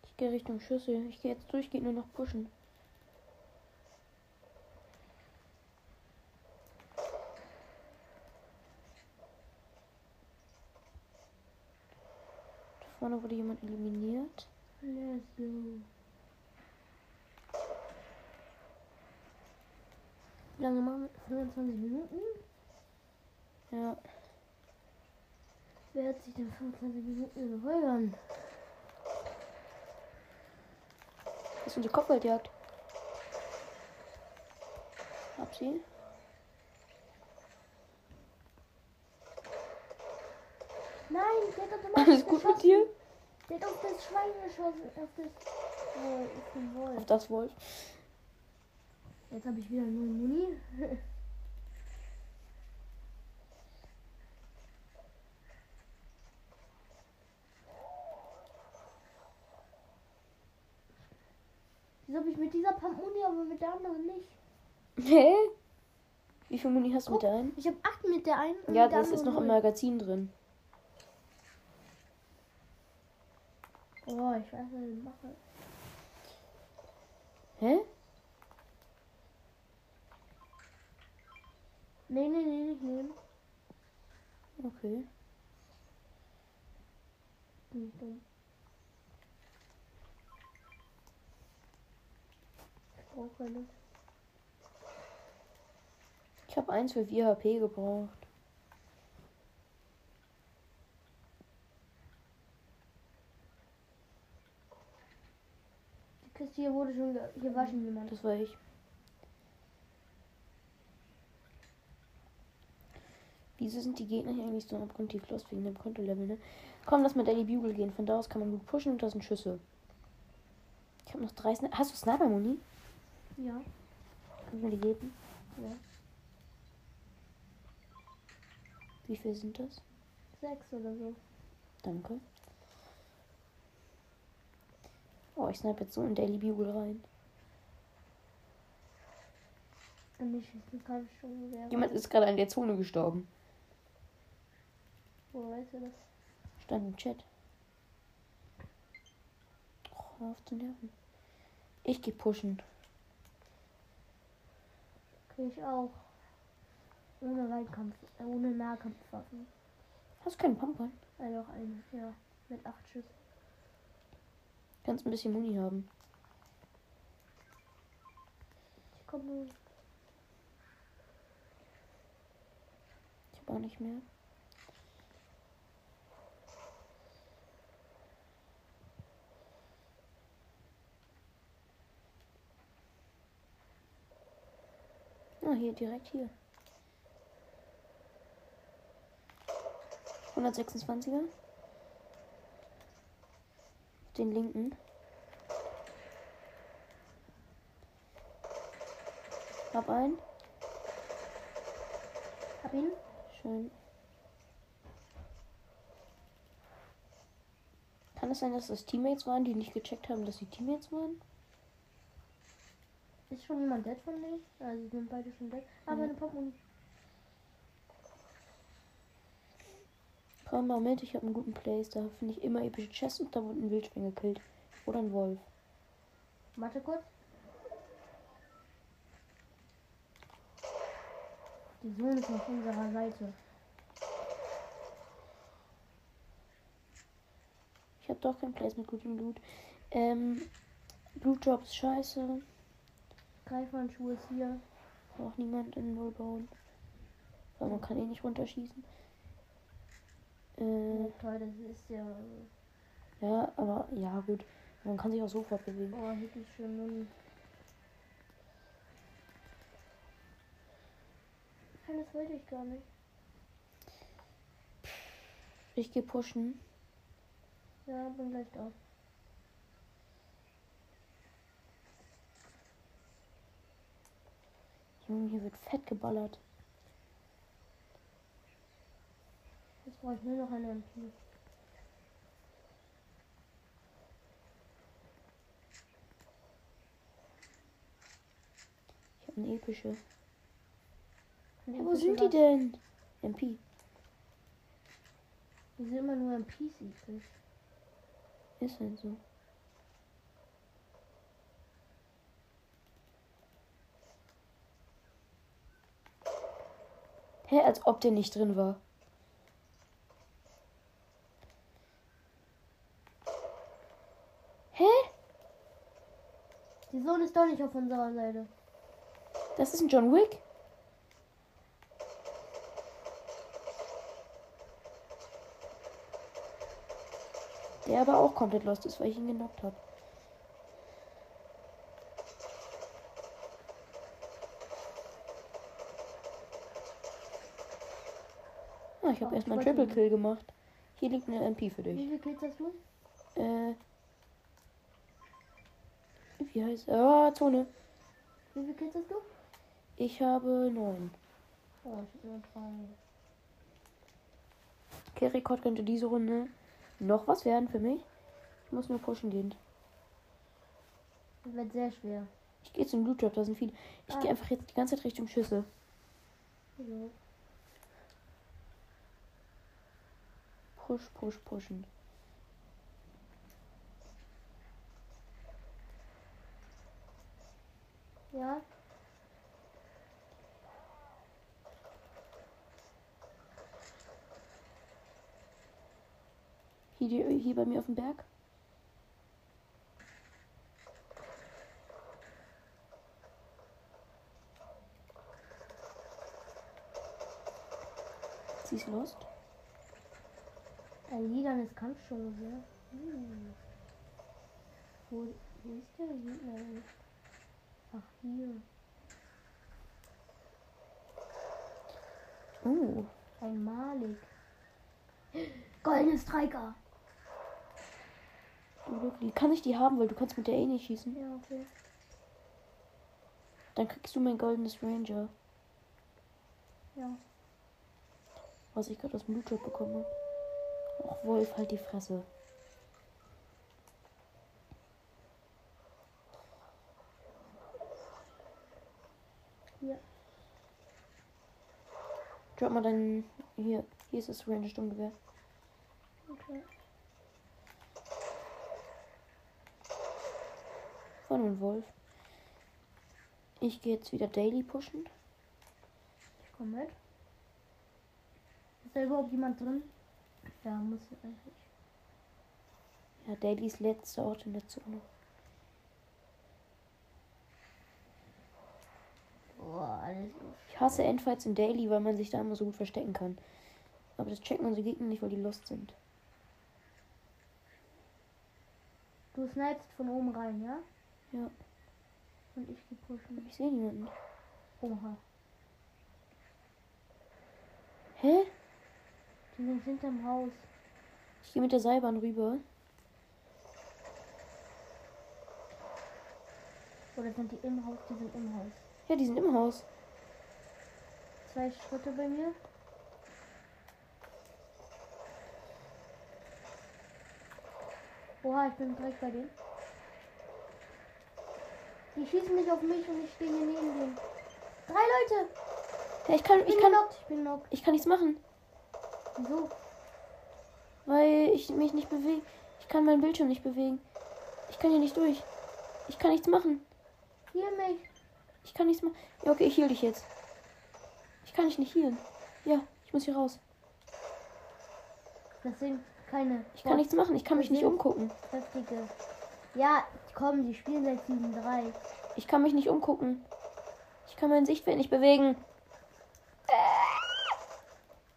[SPEAKER 1] Ich gehe Richtung Schüssel. Ich gehe jetzt durch, geht nur noch pushen. Da vorne wurde jemand eliminiert.
[SPEAKER 2] Let's go. Wie lange machen wir? 25 Minuten?
[SPEAKER 1] Ja,
[SPEAKER 2] Wer hat sich denn 25 Minuten geweigern?
[SPEAKER 1] das ist unsere Kopfgeldjagd. Hab sie.
[SPEAKER 2] Nein, der [LAUGHS] hat automatisch
[SPEAKER 1] Alles gut mit
[SPEAKER 2] geschossen.
[SPEAKER 1] dir?
[SPEAKER 2] Der hat auf das Schwein geschossen. Auf das Wohl. Auf den
[SPEAKER 1] Auf
[SPEAKER 2] Wolf.
[SPEAKER 1] das Wolf.
[SPEAKER 2] Jetzt habe ich wieder
[SPEAKER 1] [LAUGHS]
[SPEAKER 2] nur Muni. Wieso habe ich mit dieser Pump Muni, aber mit der anderen nicht?
[SPEAKER 1] Hä? Wie viel Muni hast du mit der einen?
[SPEAKER 2] Ich habe 8 mit der einen. und
[SPEAKER 1] Ja,
[SPEAKER 2] Oh. mit der
[SPEAKER 1] das ist noch
[SPEAKER 2] anderen
[SPEAKER 1] im Magazin drin.
[SPEAKER 2] null. Oh, ich weiß, was ich mache.
[SPEAKER 1] Hä?
[SPEAKER 2] Nee, nee, nee, nicht nehmen.
[SPEAKER 1] Okay.
[SPEAKER 2] Bin ich dumm. Ich brauche keine.
[SPEAKER 1] Ich habe eins für 4 HP gebraucht.
[SPEAKER 2] Die Kiste hier wurde schon. ge- Hier war schon jemand.
[SPEAKER 1] Das war ich. Wieso sind die Gegner hier eigentlich so abgrundtief los wegen dem Kontolevel, ne? Komm, lass mal Daily Bugle gehen. Von da aus kann man gut pushen und das sind Schüsse. Ich habe noch drei Sniper. Hast du Sniper, Moni?
[SPEAKER 2] Ja.
[SPEAKER 1] Kannst du mir die geben?
[SPEAKER 2] Ja.
[SPEAKER 1] Wie viel sind das?
[SPEAKER 2] Sechs oder so.
[SPEAKER 1] Danke. Oh, ich snipe jetzt so in Daily Bugle rein.
[SPEAKER 2] Wenn ich schießen kann, schon wäre.
[SPEAKER 1] Jemand ist gerade an der Zone gestorben.
[SPEAKER 2] Wo weißt du das?
[SPEAKER 1] Stand im Chat. Oh, hör auf zu nerven. Ich geh pushen.
[SPEAKER 2] Krieg ich auch. Ohne Weitkampf, äh, ohne Nahkampfwaffen.
[SPEAKER 1] Hast du keinen Pumpern?
[SPEAKER 2] Also auch eine, ja. Mit acht Schüssen.
[SPEAKER 1] Kannst ein bisschen Muni haben.
[SPEAKER 2] Ich komme.
[SPEAKER 1] Ich hab auch nicht mehr. Ah, hier, direkt hier. 126er. Den linken. Hab einen.
[SPEAKER 2] Hab ihn.
[SPEAKER 1] Schön. Kann es sein, dass das Teammates waren, die nicht gecheckt haben, dass sie Teammates waren?
[SPEAKER 2] Ist schon jemand dead von denen? Also sind beide schon dead. Aber
[SPEAKER 1] Ja.
[SPEAKER 2] eine Popmuni.
[SPEAKER 1] Komm mal mit, ich habe einen guten Place. Da finde ich immer epische Chests und da wurde ein Wildschwein gekillt. Oder ein Wolf.
[SPEAKER 2] Warte kurz. Die Sohn ist auf unserer Seite.
[SPEAKER 1] Ich habe doch kein Place mit gutem Loot. Ähm, Loot Drop ist scheiße.
[SPEAKER 2] Greifhandschuhe ist hier.
[SPEAKER 1] Braucht niemand in Null bauen. Weil man kann eh nicht runterschießen. Äh,
[SPEAKER 2] Ja, toll, das ist ja. äh,
[SPEAKER 1] Ja, aber ja, gut. Man kann sich auch so fortbewegen.
[SPEAKER 2] Oh, hätte ich schon nun. Nein, das wollte ich gar nicht.
[SPEAKER 1] Ich gehe pushen.
[SPEAKER 2] Ja, bin gleich da.
[SPEAKER 1] Junge, hier wird fett geballert.
[SPEAKER 2] Jetzt brauche ich nur noch eine MP.
[SPEAKER 1] Ich habe eine epische. Ja, wo sind die denn? MP.
[SPEAKER 2] Die sind immer nur MPs übrig.
[SPEAKER 1] Ist halt so. Hä, als ob der nicht drin war. Hä?
[SPEAKER 2] Die Sohn ist doch nicht auf unserer Seite.
[SPEAKER 1] Das ist ein John Wick? Der aber auch komplett lost ist, weil ich ihn genockt habe. Ah, ich habe
[SPEAKER 2] Oh,
[SPEAKER 1] erstmal einen
[SPEAKER 2] ich wollte
[SPEAKER 1] Triple Kill gemacht. Hier liegt eine MP für dich.
[SPEAKER 2] Wie viel Kills hast du?
[SPEAKER 1] Äh. Wie heißt. Ah, Zone.
[SPEAKER 2] Wie viel Kills hast du?
[SPEAKER 1] Ich habe neun.
[SPEAKER 2] Oh, ich hab nur drei.
[SPEAKER 1] Kill-Rekord könnte diese Runde noch was werden für mich. Ich muss nur pushen gehen.
[SPEAKER 2] Das wird sehr schwer.
[SPEAKER 1] Ich gehe zum Blue Trap, da sind viele. Ich
[SPEAKER 2] Ah.
[SPEAKER 1] gehe einfach jetzt die ganze Zeit Richtung Schüsse.
[SPEAKER 2] So.
[SPEAKER 1] Push, push, pushen.
[SPEAKER 2] Ja,
[SPEAKER 1] Hier, die, hier bei mir auf dem Berg. Sie ist lost.
[SPEAKER 2] ein Liedern ist Kampf schon sehr. Hm. Wo, wo ist der Gegner? denn? Ach, hier.
[SPEAKER 1] Oh,
[SPEAKER 2] Ein Malik. Goldenes Striker.
[SPEAKER 1] du Glückli. Kann ich die haben, weil du kannst mit der eh nicht schießen.
[SPEAKER 2] Ja, okay.
[SPEAKER 1] Dann kriegst du mein goldenes Ranger,
[SPEAKER 2] Ja.
[SPEAKER 1] was ich gerade aus dem Blue Drop bekomme. Och, Wolf, halt die Fresse.
[SPEAKER 2] Hier.
[SPEAKER 1] Drop mal deinen. Hier, hier ist das Ranger Sturmgewehr.
[SPEAKER 2] Okay.
[SPEAKER 1] Von und Wolf. Ich gehe jetzt wieder Daily pushen.
[SPEAKER 2] Ich komme mit. Ist da überhaupt jemand drin? Ja, muss ich eigentlich.
[SPEAKER 1] Ja, Daily ist letzter Ort in der Zone.
[SPEAKER 2] Boah, alles los.
[SPEAKER 1] Ich hasse Endfights in Daily, weil man sich da immer so gut verstecken kann. Aber das checken unsere Gegner nicht, weil die lost sind.
[SPEAKER 2] Du snipest von oben rein, ja?
[SPEAKER 1] Ja.
[SPEAKER 2] Und ich geh pushen.
[SPEAKER 1] Ich sehe niemanden.
[SPEAKER 2] Oha.
[SPEAKER 1] Hä?
[SPEAKER 2] Die sind hinterm Haus.
[SPEAKER 1] Ich gehe mit der Seilbahn rüber.
[SPEAKER 2] Oder sind die im Haus? Die sind im Haus.
[SPEAKER 1] Ja, die sind im Haus.
[SPEAKER 2] Zwei Schritte bei mir. Oha, ich bin direkt bei denen. Die schießen nicht auf mich und ich stehe hier neben denen. Drei Leute!
[SPEAKER 1] Ja, ich kann,
[SPEAKER 2] Ich
[SPEAKER 1] ich
[SPEAKER 2] bin
[SPEAKER 1] kann,
[SPEAKER 2] knockt, ich bin knockt.
[SPEAKER 1] ich kann nichts machen,
[SPEAKER 2] Wieso?
[SPEAKER 1] weil ich mich nicht bewege. Ich kann meinen Bildschirm nicht bewegen. Ich kann hier nicht durch. Ich kann nichts machen.
[SPEAKER 2] Hier mich.
[SPEAKER 1] Ich kann nichts machen. Ja, okay, ich heal dich jetzt. Ich kann dich nicht healen. Ja, ich muss hier raus.
[SPEAKER 2] Das sind keine
[SPEAKER 1] Ich kann nichts machen. Ich kann mich nicht
[SPEAKER 2] Mhm.
[SPEAKER 1] umgucken.
[SPEAKER 2] kräftige. Ja, komm, die spielen seit 7-3.
[SPEAKER 1] Ich kann mich nicht umgucken. Ich kann mein Sichtfeld nicht bewegen.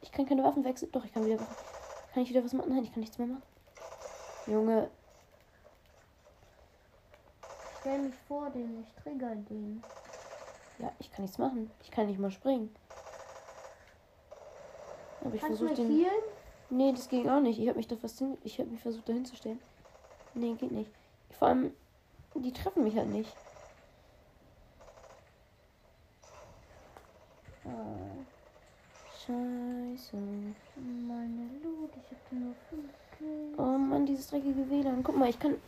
[SPEAKER 1] Ich kann keine Waffen wechseln. Doch, ich kann wieder Waffen. Kann ich wieder was machen? Nein, ich kann nichts mehr machen. Junge,
[SPEAKER 2] Stell mich vor den, ich trigger den.
[SPEAKER 1] ja, ich kann nichts machen. Ich kann nicht mal springen. Aber ich
[SPEAKER 2] Kannst du
[SPEAKER 1] versuche
[SPEAKER 2] mal
[SPEAKER 1] den.
[SPEAKER 2] zielen?
[SPEAKER 1] Nee, das ging auch nicht. Ich habe mich da fast hin. Ich habe mich versucht, da hinzustellen. Nee, geht nicht. Vor allem, die treffen mich halt nicht.
[SPEAKER 2] Oh,
[SPEAKER 1] Ah, Scheiße.
[SPEAKER 2] meine Lud, ich hab nur 5 Kills.
[SPEAKER 1] Oh Mann, dieses dreckige WLAN. Guck mal, ich kann.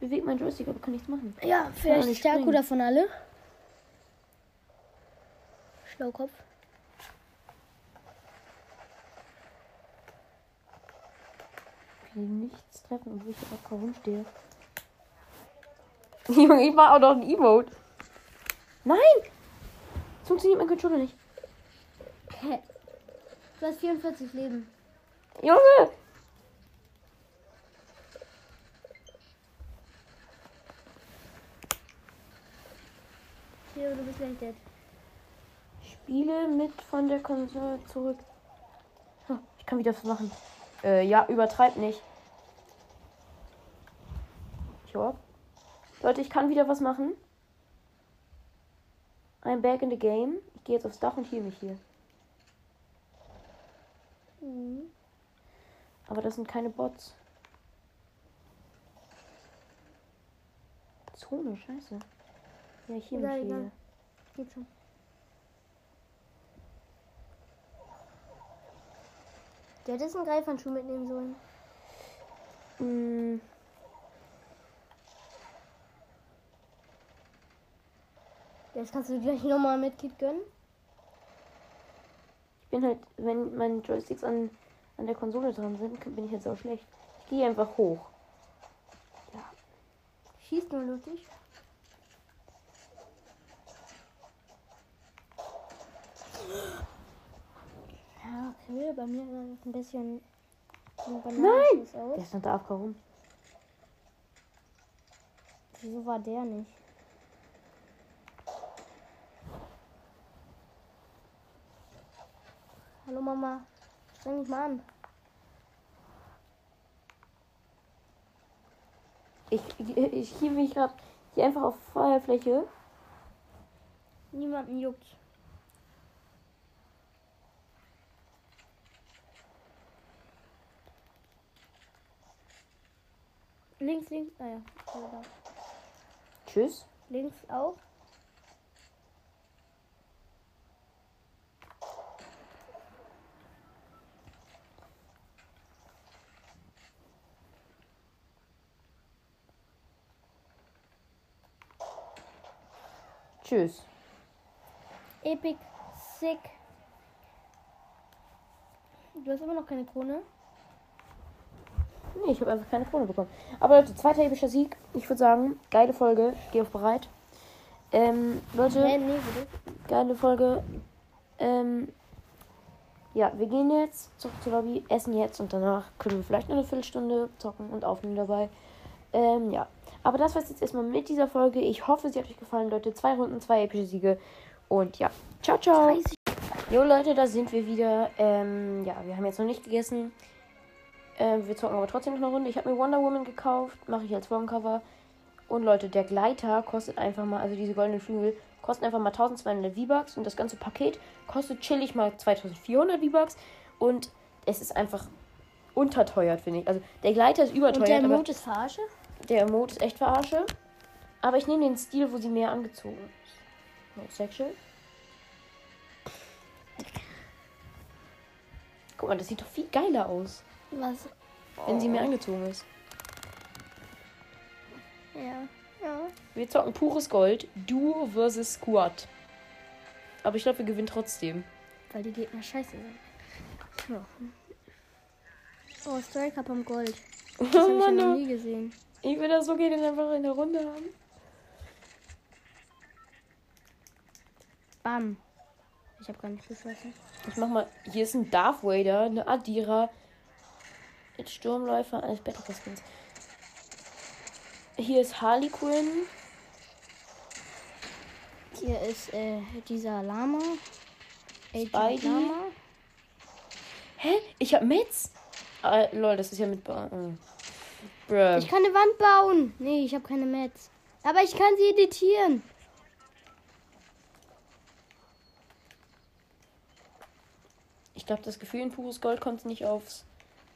[SPEAKER 1] Bewegt mein Joystick, aber kann nichts machen.
[SPEAKER 2] Ja,
[SPEAKER 1] vielleicht nicht
[SPEAKER 2] Stärko
[SPEAKER 1] springen.
[SPEAKER 2] davon alle. Schlaukopf.
[SPEAKER 1] Ich kann nichts treffen, obwohl ich hier locker rumstehe. [LAUGHS] Junge, ich mach auch noch ein Emote. Nein! Es funktioniert mein Controller nicht.
[SPEAKER 2] Hä? Du hast 44 Leben.
[SPEAKER 1] Junge!
[SPEAKER 2] Theo, du bist gleich dead.
[SPEAKER 1] Spiele mit von der Konsole zurück. Hm, Ich kann wieder was machen. Äh, ja, übertreib nicht. Tja. Leute, ich kann wieder was machen. I'm back in the game. Ich gehe jetzt aufs Dach und heal mich hier.
[SPEAKER 2] Mhm.
[SPEAKER 1] Aber das sind keine Bots. Zone, scheiße. Ja, ich heal
[SPEAKER 2] Egal,
[SPEAKER 1] mich
[SPEAKER 2] egal.
[SPEAKER 1] hier.
[SPEAKER 2] Geht schon. Der hätte einen Greifhandschuh mitnehmen sollen.
[SPEAKER 1] Mm.
[SPEAKER 2] Jetzt kannst du dir gleich nochmal mit Kit gönnen.
[SPEAKER 1] Ich bin halt, wenn meine Joysticks an, an der Konsole dran sind, bin ich jetzt auch schlecht. Ich gehe einfach hoch.
[SPEAKER 2] Schießt nur lustig. Ja, okay, bei mir war das ein bisschen. ein Bananenschuss aus.
[SPEAKER 1] Der stand da AFK rum.
[SPEAKER 2] Wieso war der nicht? Hallo Mama, streng dich mal an.
[SPEAKER 1] Ich, ich, ich hieb mich gerade hier einfach auf Feuerfläche.
[SPEAKER 2] Niemanden juckt. Links, links, ah ja, ja, da.
[SPEAKER 1] Tschüss.
[SPEAKER 2] links auch.
[SPEAKER 1] Tschüss.
[SPEAKER 2] Epic, sick. Du hast immer noch keine Krone.
[SPEAKER 1] Nee, ich habe einfach keine Krone bekommen. Aber Leute, zweiter epischer Sieg. Ich würde sagen, geile Folge. Ich gehe auf bereit. Ähm, Leute.
[SPEAKER 2] Hä, nee, bitte.
[SPEAKER 1] Geile Folge. Ähm, ja, wir gehen jetzt zurück zur Lobby, essen jetzt und danach können wir vielleicht noch eine Viertelstunde zocken und aufnehmen dabei. Ähm, ja. Aber das war's jetzt erstmal mit dieser Folge. Ich hoffe, sie hat euch gefallen, Leute. Zwei Runden, zwei epische Siege. Und ja, ciao, ciao.
[SPEAKER 2] 30.
[SPEAKER 1] Jo, Leute, da sind wir wieder. Ähm, ja, wir haben jetzt noch nicht gegessen. Ähm, wir zocken aber trotzdem noch eine Runde. Ich habe mir Wonder Woman gekauft, mache ich als Formcover. Und Leute, der Gleiter kostet einfach mal, also diese goldenen Flügel, kosten einfach mal 1200 V-Bucks. Und das ganze Paket kostet chillig mal 2400 V-Bucks. Und es ist einfach unterteuert, finde ich. Also der Gleiter ist
[SPEAKER 2] Und
[SPEAKER 1] überteuert,
[SPEAKER 2] der
[SPEAKER 1] aber
[SPEAKER 2] Mond ist verarsche?
[SPEAKER 1] der Mode ist echt verarsche. Aber ich nehme den Stil, wo sie mehr angezogen ist. No sexual. Guck mal, das sieht doch viel geiler aus,
[SPEAKER 2] Was?
[SPEAKER 1] wenn sie mehr angezogen ist.
[SPEAKER 2] Ja. Ja.
[SPEAKER 1] Wir zocken pures Gold. Duo versus Squad. Aber ich glaube, wir gewinnen trotzdem.
[SPEAKER 2] Weil die Gegner scheiße sind. Ja. Oh, Striker beim Gold.
[SPEAKER 1] Oh
[SPEAKER 2] Das habe ich ja
[SPEAKER 1] Mann,
[SPEAKER 2] noch
[SPEAKER 1] oh.
[SPEAKER 2] nie gesehen.
[SPEAKER 1] ich will das so gehen einfach in der Runde haben.
[SPEAKER 2] Bam. Ich habe gar nicht geschossen.
[SPEAKER 1] Ich mach mal. Hier ist ein Darth Vader, eine Adira, ein Sturmläufer, alles bessere Skins. Hier ist Harley Quinn.
[SPEAKER 2] Hier ist äh, dieser Lama. Agent
[SPEAKER 1] Spidey.
[SPEAKER 2] Lama.
[SPEAKER 1] Hä? Ich hab Metz? Ah, lol, das ist ja mit. Ba- äh. Bruh.
[SPEAKER 2] Ich kann eine Wand bauen. Nee, ich habe keine Mats. Aber ich kann sie editieren.
[SPEAKER 1] Ich glaube, das Gefühl in pures Gold kommt nicht aufs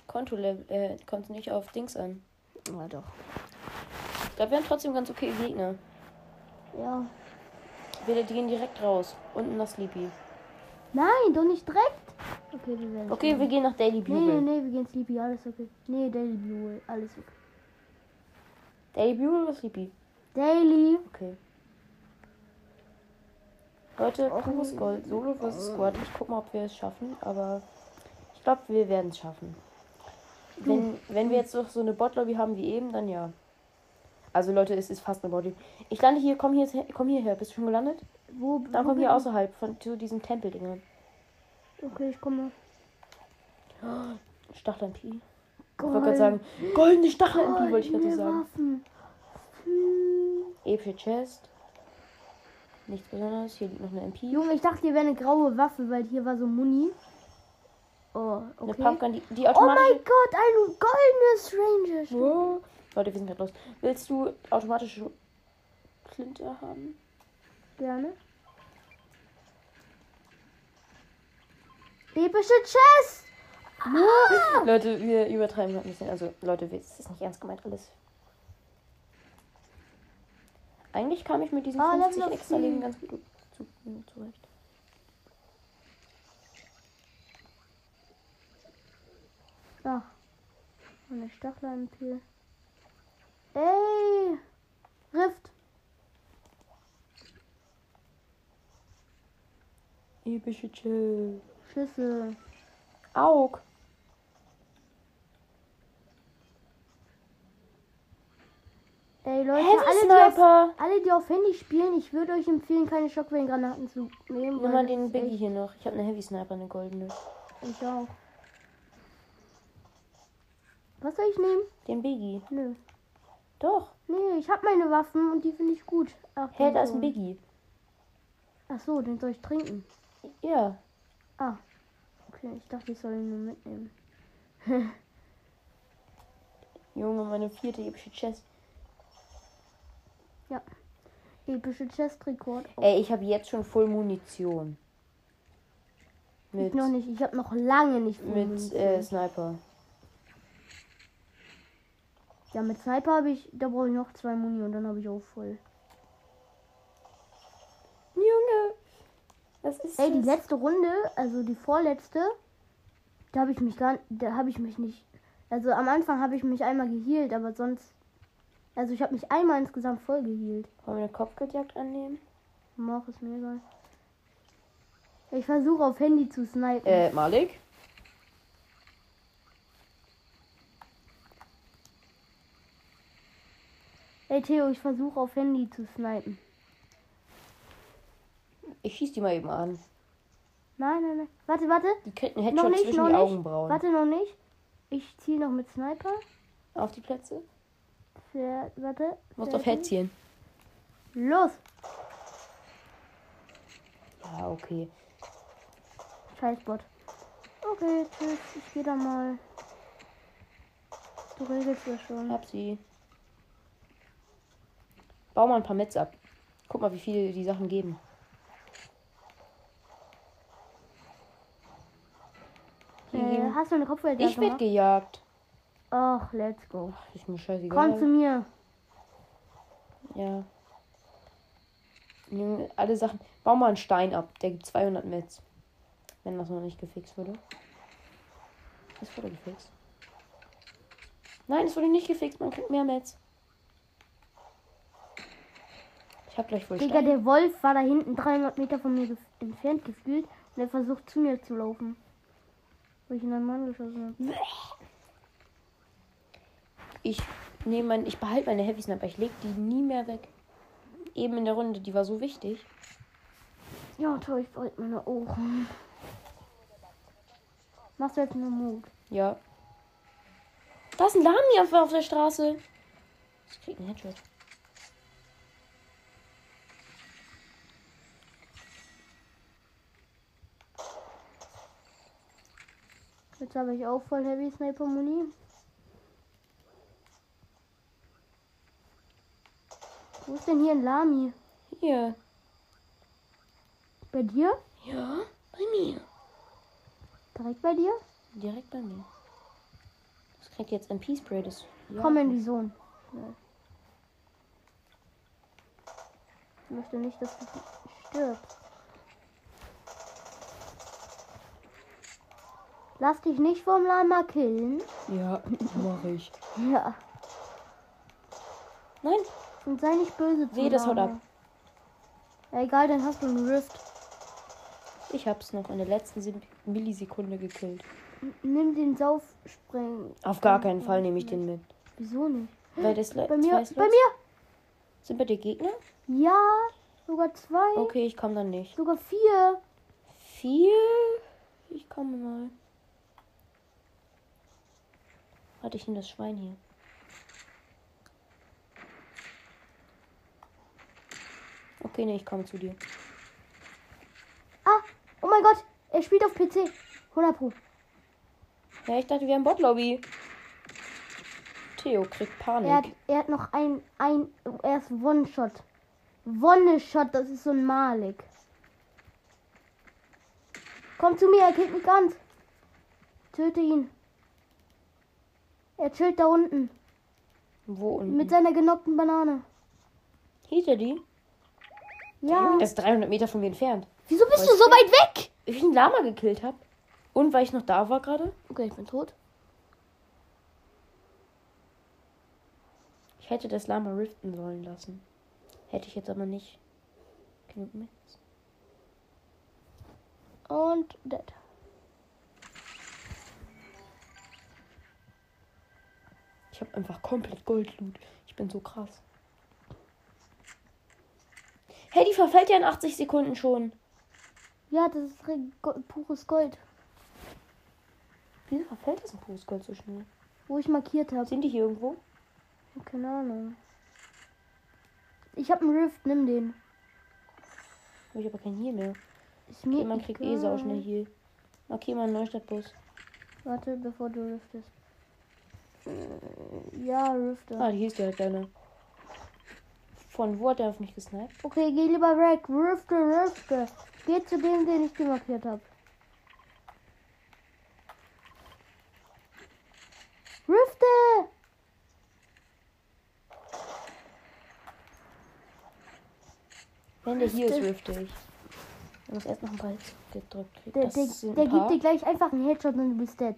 [SPEAKER 1] Konto, äh, kommt nicht auf Dings an.
[SPEAKER 2] Ja, doch.
[SPEAKER 1] Ich glaube, wir haben trotzdem ganz okay Gegner.
[SPEAKER 2] Ja.
[SPEAKER 1] Wir die gehen direkt raus. Unten nach Sleepy.
[SPEAKER 2] Nein, doch nicht direkt.
[SPEAKER 3] Okay, wir werden.
[SPEAKER 1] Okay, wir gehen nach Daily
[SPEAKER 2] Nee, nee,
[SPEAKER 1] Bugle.
[SPEAKER 2] nee, wir gehen Sleepy. Alles okay.
[SPEAKER 3] Nee, Daily Bugle, alles okay.
[SPEAKER 1] Daily Bugle oder Sleepy?
[SPEAKER 2] Daily.
[SPEAKER 1] Okay. Leute, pures Gold. Solo
[SPEAKER 2] Ah.
[SPEAKER 1] vs. Squad. Ich guck mal, ob wir es schaffen, aber ich glaube, wir werden es schaffen. Wenn, wenn wir jetzt noch so eine Botlobby haben wie eben, dann ja. Also Leute, es ist fast eine Botlobby. Ich lande hier, komm hier, jetzt her- komm hierher. Bist du schon gelandet?
[SPEAKER 2] Wo,
[SPEAKER 1] Dann
[SPEAKER 2] wo
[SPEAKER 1] komm hier
[SPEAKER 2] bin
[SPEAKER 1] außerhalb von zu diesem Tempeldingern.
[SPEAKER 2] ich? Okay, ich komme.
[SPEAKER 1] Stachlampi. Ich wollte gerade sagen, goldene Stachlampi, wollte ich gerade so sagen.
[SPEAKER 2] Oh, Waffen.
[SPEAKER 1] Epische Chest. Nichts Besonderes. Hier liegt noch eine MP.
[SPEAKER 2] Junge, ich dachte, hier wäre eine graue Waffe, weil hier war so Muni. Oh,
[SPEAKER 1] Eine
[SPEAKER 2] okay.
[SPEAKER 1] Pumpgun, die, die
[SPEAKER 2] oh
[SPEAKER 1] automatische
[SPEAKER 2] mein Gott, ein goldenes Ranger. Schild.
[SPEAKER 1] Wow. Leute, wir sind gerade los. Willst du automatische Flinte haben?
[SPEAKER 2] Gerne. Epische Chest. Ah!
[SPEAKER 1] Leute, wir übertreiben gerade ein bisschen. Also, Leute, wir- es ist nicht ernst gemeint alles. Eigentlich kam ich mit diesen
[SPEAKER 2] Ah, Level
[SPEAKER 1] 50
[SPEAKER 2] of
[SPEAKER 1] extra
[SPEAKER 2] Fame.
[SPEAKER 1] Leben ganz gut zu, zu, zurecht.
[SPEAKER 2] Ach. Und eine Stachleimpil. Ey. Rift.
[SPEAKER 1] Epische Chill.
[SPEAKER 2] Schlüssel.
[SPEAKER 1] Aug.
[SPEAKER 2] Ey, Leute,
[SPEAKER 1] Heavy
[SPEAKER 2] alle die, auf,
[SPEAKER 1] Sniper.
[SPEAKER 2] alle, die auf Handy spielen, ich würde euch empfehlen, keine Schockwellengranaten zu nehmen.
[SPEAKER 1] Nimm
[SPEAKER 2] weil
[SPEAKER 1] mal
[SPEAKER 2] das
[SPEAKER 1] den
[SPEAKER 2] ist
[SPEAKER 1] Biggie hier noch. Ich habe eine Heavy Sniper, eine goldene.
[SPEAKER 2] echt- Ich auch. Was soll ich nehmen?
[SPEAKER 1] Den Biggie.
[SPEAKER 2] Nö.
[SPEAKER 1] Doch.
[SPEAKER 2] Nee, ich habe meine Waffen und die finde ich gut. Ach,
[SPEAKER 1] Hä,
[SPEAKER 2] den
[SPEAKER 1] da ist ein
[SPEAKER 2] so.
[SPEAKER 1] Biggie.
[SPEAKER 2] Ach so, den soll ich trinken.
[SPEAKER 1] Ja.
[SPEAKER 2] Okay, ich dachte, ich soll ihn nur mitnehmen.
[SPEAKER 1] Junge, meine vierte epische Chest.
[SPEAKER 2] Epische Chest-Rekord. Oh,
[SPEAKER 1] Ey, Äh, ich habe jetzt schon voll Munition.
[SPEAKER 2] ich noch nicht. Ich habe noch lange nicht viel
[SPEAKER 1] Mit
[SPEAKER 2] Munition.
[SPEAKER 1] äh, Sniper.
[SPEAKER 2] Ja, mit Sniper habe ich, da brauche ich noch zwei Muni und dann habe ich auch voll.
[SPEAKER 1] Junge! Das ist.
[SPEAKER 2] Ey, die
[SPEAKER 1] das-
[SPEAKER 2] letzte Runde, also die vorletzte, da habe ich mich gar da habe ich mich nicht. Also am Anfang habe ich mich einmal gehealt, aber sonst. Also ich habe mich einmal insgesamt voll gehealt.
[SPEAKER 1] Wollen wir eine Kopfgeldjagd annehmen?
[SPEAKER 2] Mach es mir egal. Ich versuche auf Handy zu snipen.
[SPEAKER 1] Äh, Malik?
[SPEAKER 2] Ey Theo, ich versuche auf Handy zu snipen.
[SPEAKER 1] Ich schieß die mal eben an.
[SPEAKER 2] Nein, nein, nein. Warte, warte.
[SPEAKER 1] Die kriegt einen Headshot
[SPEAKER 2] Noch nicht,
[SPEAKER 1] zwischen
[SPEAKER 2] noch
[SPEAKER 1] die
[SPEAKER 2] nicht.
[SPEAKER 1] Augenbrauen.
[SPEAKER 2] Warte noch nicht. Ich ziehe noch mit Sniper.
[SPEAKER 1] Auf die Plätze?
[SPEAKER 2] Fer warte.
[SPEAKER 1] Musst auf Head
[SPEAKER 2] fertig.
[SPEAKER 1] ziehen.
[SPEAKER 2] Los.
[SPEAKER 1] Ja, okay.
[SPEAKER 2] Scheißbot. Okay, tschüss. Ich gehe da mal. Du regelst das schon.
[SPEAKER 1] Hab sie. Bau mal ein paar Metz ab. Guck mal, wie viel die Sachen geben. Die
[SPEAKER 2] Äh,
[SPEAKER 1] geben-
[SPEAKER 2] hast du eine Kopfhörer?
[SPEAKER 1] ich werd gejagt.
[SPEAKER 2] Ach, let's go.
[SPEAKER 1] Ach, ist mir scheißegal.
[SPEAKER 2] Komm zu mir.
[SPEAKER 1] Ja. Junge, Alle Sachen. Bau mal einen Stein ab. Der gibt 200 Metz. Wenn das noch nicht gefixt wurde. Es wurde gefixt. Nein, es wurde nicht gefixt. Man kriegt mehr Metz. Ich hab gleich wohl
[SPEAKER 2] Digga,
[SPEAKER 1] Stein.
[SPEAKER 2] der Wolf war da hinten 300 Meter von mir gef entfernt gefühlt und er versucht zu mir zu laufen. Wo ich in einen Mann geschossen habe.
[SPEAKER 1] Ich nehme mein, ich behalte meine Heavy Sniper. Ich leg die nie mehr weg. Eben in der Runde, die war so wichtig.
[SPEAKER 2] Ja, toll, ich wollte meine Ohren. Machst du jetzt nur Mut?
[SPEAKER 1] Ja. Da ist ein Lami auf, auf der Straße. Ich krieg einen Headshot.
[SPEAKER 2] Jetzt habe ich auch voll Heavy Sniper Muni. Wo ist denn hier ein Lami?
[SPEAKER 1] Hier.
[SPEAKER 2] Bei dir?
[SPEAKER 1] Ja, bei mir.
[SPEAKER 2] Direkt bei dir?
[SPEAKER 1] Direkt bei mir. Das kriegt jetzt MP-Spray. Das ja.
[SPEAKER 2] Komm in die Zone. Ich möchte nicht, dass du stirbst. Lass dich nicht vom Lama killen.
[SPEAKER 1] Ja, [LAUGHS] mach ich.
[SPEAKER 2] Ja.
[SPEAKER 1] Nein,
[SPEAKER 2] Und sei nicht böse zu
[SPEAKER 1] Nee, das haut
[SPEAKER 2] Lama.
[SPEAKER 1] ab.
[SPEAKER 2] Ja, egal, dann hast du einen Rift.
[SPEAKER 1] ich hab's noch in der letzten Sim- Millisekunde gekillt.
[SPEAKER 2] N- Nimm den Saufspring.
[SPEAKER 1] Auf gar keinen Fall nehme ich den mit.
[SPEAKER 2] Wieso nicht?
[SPEAKER 1] Weil das le-
[SPEAKER 2] Bei mir,
[SPEAKER 1] zwei
[SPEAKER 2] bei
[SPEAKER 1] Slots-
[SPEAKER 2] mir.
[SPEAKER 1] Sind bei dir Gegner?
[SPEAKER 2] Ja, sogar zwei.
[SPEAKER 1] Okay, ich komme dann nicht.
[SPEAKER 2] Sogar vier.
[SPEAKER 1] Vier? Ich komme mal. Warte, ich nehme das Schwein hier. Okay, nee, ich komme zu dir.
[SPEAKER 2] Ah, oh mein Gott, er spielt auf PC. 100 Pro.
[SPEAKER 1] Ja, ich dachte, wir haben Botlobby. Theo kriegt Panik.
[SPEAKER 2] Er hat, er hat noch ein, ein, er ist One-Shot. One-Shot, das ist so ein Malik. Komm zu mir, er killt mich ganz. Töte ihn. Er chillt da unten
[SPEAKER 1] Wo und
[SPEAKER 2] mit seiner genockten Banane.
[SPEAKER 1] hielt er die?
[SPEAKER 2] Ja.
[SPEAKER 1] Er ist 300 Meter von mir entfernt.
[SPEAKER 2] Wieso bist du so weit weg?
[SPEAKER 1] Weil ich einen Lama gekillt habe. Und weil ich noch da war gerade.
[SPEAKER 2] Okay, ich bin tot.
[SPEAKER 1] Ich hätte das Lama riften sollen lassen. Hätte ich jetzt aber nicht. Genug mehr.
[SPEAKER 2] Und dead.
[SPEAKER 1] Ich habe einfach komplett Goldloot. Ich bin so krass. Hey, die verfällt ja in 80 Sekunden schon.
[SPEAKER 2] Ja, das ist re- go- pures Gold,
[SPEAKER 1] Wieso verfällt das ein pures Gold so schnell?
[SPEAKER 2] wo ich markiert habe.
[SPEAKER 1] Sind die hier irgendwo?
[SPEAKER 2] Keine Ahnung. Ich habe einen Rift, nimm den.
[SPEAKER 1] Habe ich aber kein Heal mehr.
[SPEAKER 2] Ist mir
[SPEAKER 1] Okay, man kriegt eh sau
[SPEAKER 2] Hm, egal.
[SPEAKER 1] schnell Heal. Okay, mein Neustadtbus.
[SPEAKER 2] Warte, bevor du riftest. Äh, Ja, rifte.
[SPEAKER 1] Ah, die hieß der gerne. Von wo hat er auf mich gesniped?
[SPEAKER 2] Okay, geh lieber weg. Rifte, rifte. Geh zu dem, den ich dir markiert habe. Rifte!
[SPEAKER 1] Wenn der hier ist,
[SPEAKER 2] Rifte.
[SPEAKER 1] rifte ich. Ich muss erst noch ein paar Hits gedrückt kriegen.
[SPEAKER 2] Der,
[SPEAKER 1] Das
[SPEAKER 2] der,
[SPEAKER 1] sind
[SPEAKER 2] der
[SPEAKER 1] ein
[SPEAKER 2] gibt
[SPEAKER 1] paar.
[SPEAKER 2] dir gleich einfach einen Headshot und du bist dead.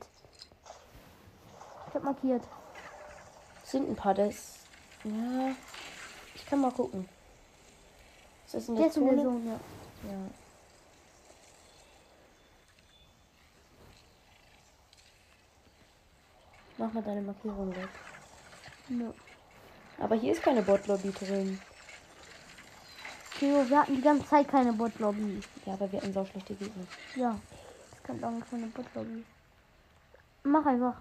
[SPEAKER 2] Ich hab markiert.
[SPEAKER 1] sind ein paar. Das. Ja. Ich kann mal gucken. Ist das in
[SPEAKER 2] Der
[SPEAKER 1] der
[SPEAKER 2] ist in der
[SPEAKER 1] Zone?
[SPEAKER 2] Zone, ja.
[SPEAKER 1] Ja. Mach mal deine Markierung weg.
[SPEAKER 2] No.
[SPEAKER 1] Aber hier ist keine Bot-Lobby drin.
[SPEAKER 2] Theo, wir hatten die ganze Zeit keine Bot-Lobby.
[SPEAKER 1] Ja, aber wir hatten sau schlechte Gegner.
[SPEAKER 2] Ja, das kann auch keine Bot-Lobby. Mach einfach.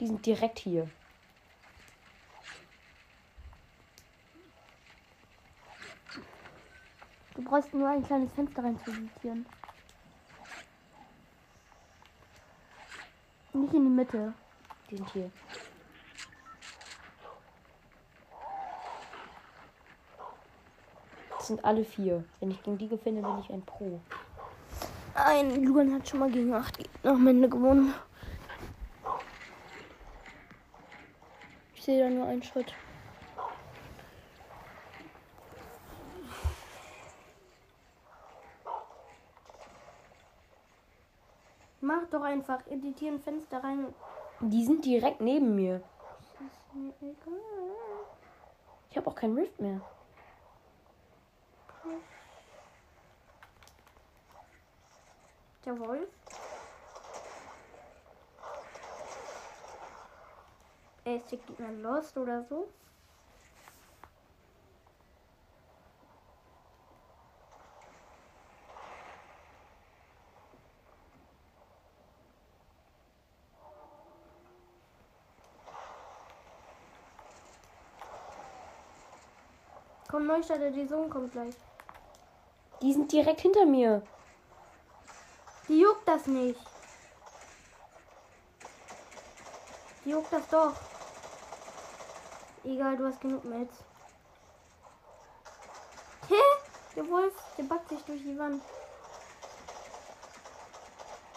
[SPEAKER 1] Die sind direkt hier.
[SPEAKER 2] Du brauchst nur ein kleines Fenster rein zu editieren. Nicht in die Mitte.
[SPEAKER 1] Die sind hier. Das sind alle vier. Wenn ich gegen die gewinne, bin ich ein Pro.
[SPEAKER 2] Ein Luan hat schon mal gegen 8 Gegner am Ende gewonnen. Ich sehe da nur einen Schritt. Mach doch einfach, editieren Fenster rein und
[SPEAKER 1] Die sind direkt neben mir.
[SPEAKER 2] ist mir egal.
[SPEAKER 1] Ich habe auch keinen Rift mehr.
[SPEAKER 2] Der Wolf. Er ist der Gegner Lost oder so. Komm, Neustadt, der Sohn kommt gleich.
[SPEAKER 1] Die sind direkt hinter mir.
[SPEAKER 2] Die juckt das nicht. Die juckt das doch. Egal, du hast genug Metz. Der Wolf, der backt sich durch die Wand.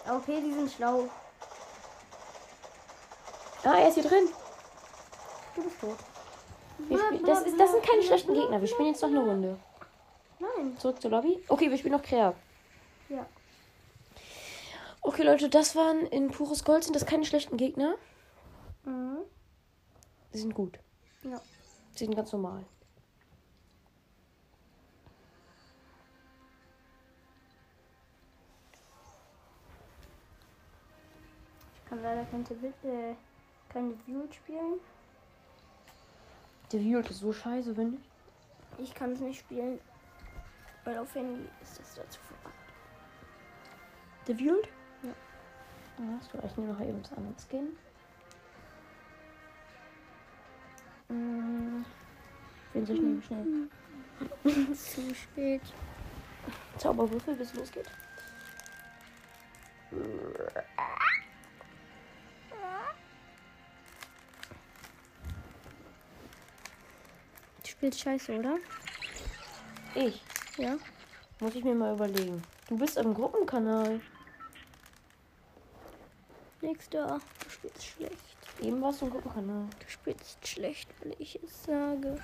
[SPEAKER 2] Okay, die sind schlau.
[SPEAKER 1] Ah, er ist hier drin.
[SPEAKER 2] Du bist tot.
[SPEAKER 1] Wir spiel- das, ist, das sind keine schlechten Gegner. Wir spielen jetzt noch eine Runde.
[SPEAKER 2] Nein.
[SPEAKER 1] Zurück zur Lobby. Okay, wir spielen noch Krea.
[SPEAKER 2] Ja.
[SPEAKER 1] Okay, Leute, das waren in pures Gold. Sind das keine schlechten Gegner?
[SPEAKER 2] Mhm.
[SPEAKER 1] Sie sind gut.
[SPEAKER 2] Ja.
[SPEAKER 1] Sie sind ganz normal.
[SPEAKER 2] Ich kann leider keine, Wi- äh, keine View spielen.
[SPEAKER 1] Der Violet ist so scheiße, finde ich.
[SPEAKER 2] Ich kann es nicht spielen. Weil auf Handy ist das dazu verpackt.
[SPEAKER 1] Der Violet?
[SPEAKER 2] Ja.
[SPEAKER 1] Ah, hast du eigentlich nur noch eben das andere Skin? Mm. Wen soll ich nehmen? Schnell.
[SPEAKER 2] [LAUGHS] Zu spät.
[SPEAKER 1] Zauberwürfel, bis es losgeht.
[SPEAKER 2] Du spielst scheiße, oder?
[SPEAKER 1] Ich.
[SPEAKER 2] Ja.
[SPEAKER 1] Muss ich mir mal überlegen. Du bist im Gruppenkanal.
[SPEAKER 2] Nächster. Du spielst schlecht.
[SPEAKER 1] Eben warst du im Gruppenkanal.
[SPEAKER 2] Du spielst schlecht, weil ich es sage.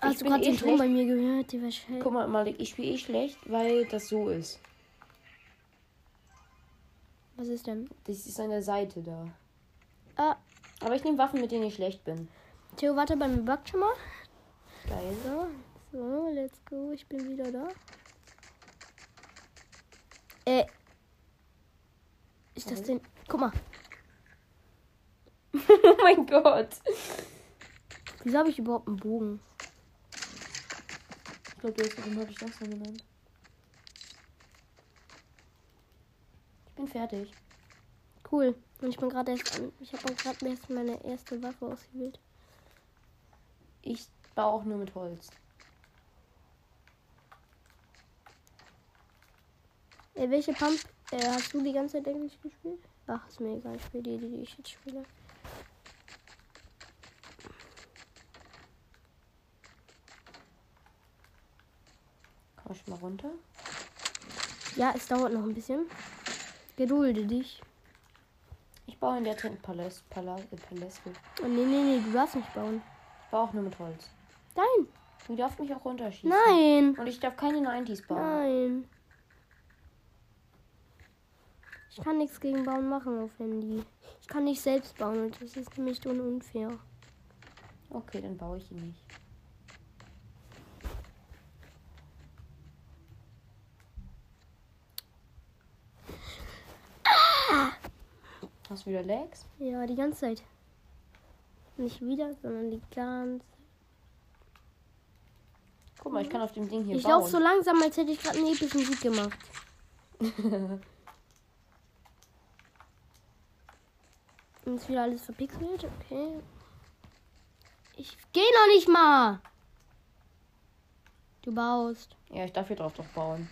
[SPEAKER 2] Hast Ah, du
[SPEAKER 1] bin
[SPEAKER 2] gerade
[SPEAKER 1] eh
[SPEAKER 2] den Ton
[SPEAKER 1] schlecht.
[SPEAKER 2] bei mir gehört? Die war schlecht.
[SPEAKER 1] Guck mal, Malik, ich spiele eh schlecht, weil das so ist.
[SPEAKER 2] Was ist denn?
[SPEAKER 1] Das ist an der Seite da.
[SPEAKER 2] Ah,
[SPEAKER 1] Aber ich nehme Waffen, mit denen ich schlecht bin.
[SPEAKER 2] Theo, warte, bei mir backt schon mal.
[SPEAKER 1] Geil.
[SPEAKER 2] So, so, let's go. Ich bin wieder da. Äh. Ist das denn. Guck mal,
[SPEAKER 1] [LAUGHS] oh mein Gott.
[SPEAKER 2] wieso habe ich überhaupt einen Bogen?
[SPEAKER 1] Ich glaube, du hast warum habe ich das denn genannt? Ich bin fertig.
[SPEAKER 2] Cool. Und ich bin gerade erst. an- Ich habe gerade erst meine erste Waffe ausgewählt.
[SPEAKER 1] Ich baue auch nur mit Holz.
[SPEAKER 2] Äh, welche Pump äh, hast du die ganze Zeit eigentlich gespielt? Ach, ist mir egal. Ich spiele die, die, die ich jetzt spiele.
[SPEAKER 1] Komm ich mal runter.
[SPEAKER 2] Ja, es dauert noch ein bisschen. Gedulde dich.
[SPEAKER 1] Ich baue in der Zeit einen Palast, Palast, äh, Palast. Ich
[SPEAKER 2] Oh, nee, nee, nee, du darfst nicht bauen.
[SPEAKER 1] baue auch nur mit Holz.
[SPEAKER 2] Nein,
[SPEAKER 1] Du darfst mich auch runterschießen.
[SPEAKER 2] nein,
[SPEAKER 1] Und ich darf keine 90s bauen.
[SPEAKER 2] nein. Ich kann nichts gegen Bauen machen auf Handy. Ich kann nicht selbst bauen und das ist nämlich un- unfair.
[SPEAKER 1] Okay, dann baue ich ihn nicht. Ah! Hast du wieder Legs?
[SPEAKER 2] Ja, die ganze Zeit. Nicht wieder, sondern die ganze
[SPEAKER 1] Guck mal, ich kann auf dem Ding hier
[SPEAKER 2] Ich
[SPEAKER 1] bauen.
[SPEAKER 2] laufe so langsam, als hätte ich gerade einen epischen
[SPEAKER 1] [LAUGHS]
[SPEAKER 2] Sieg gemacht. Und ist wieder alles verpixelt, okay. Ich gehe noch nicht mal. Du baust.
[SPEAKER 1] ja, ich darf hier drauf doch bauen.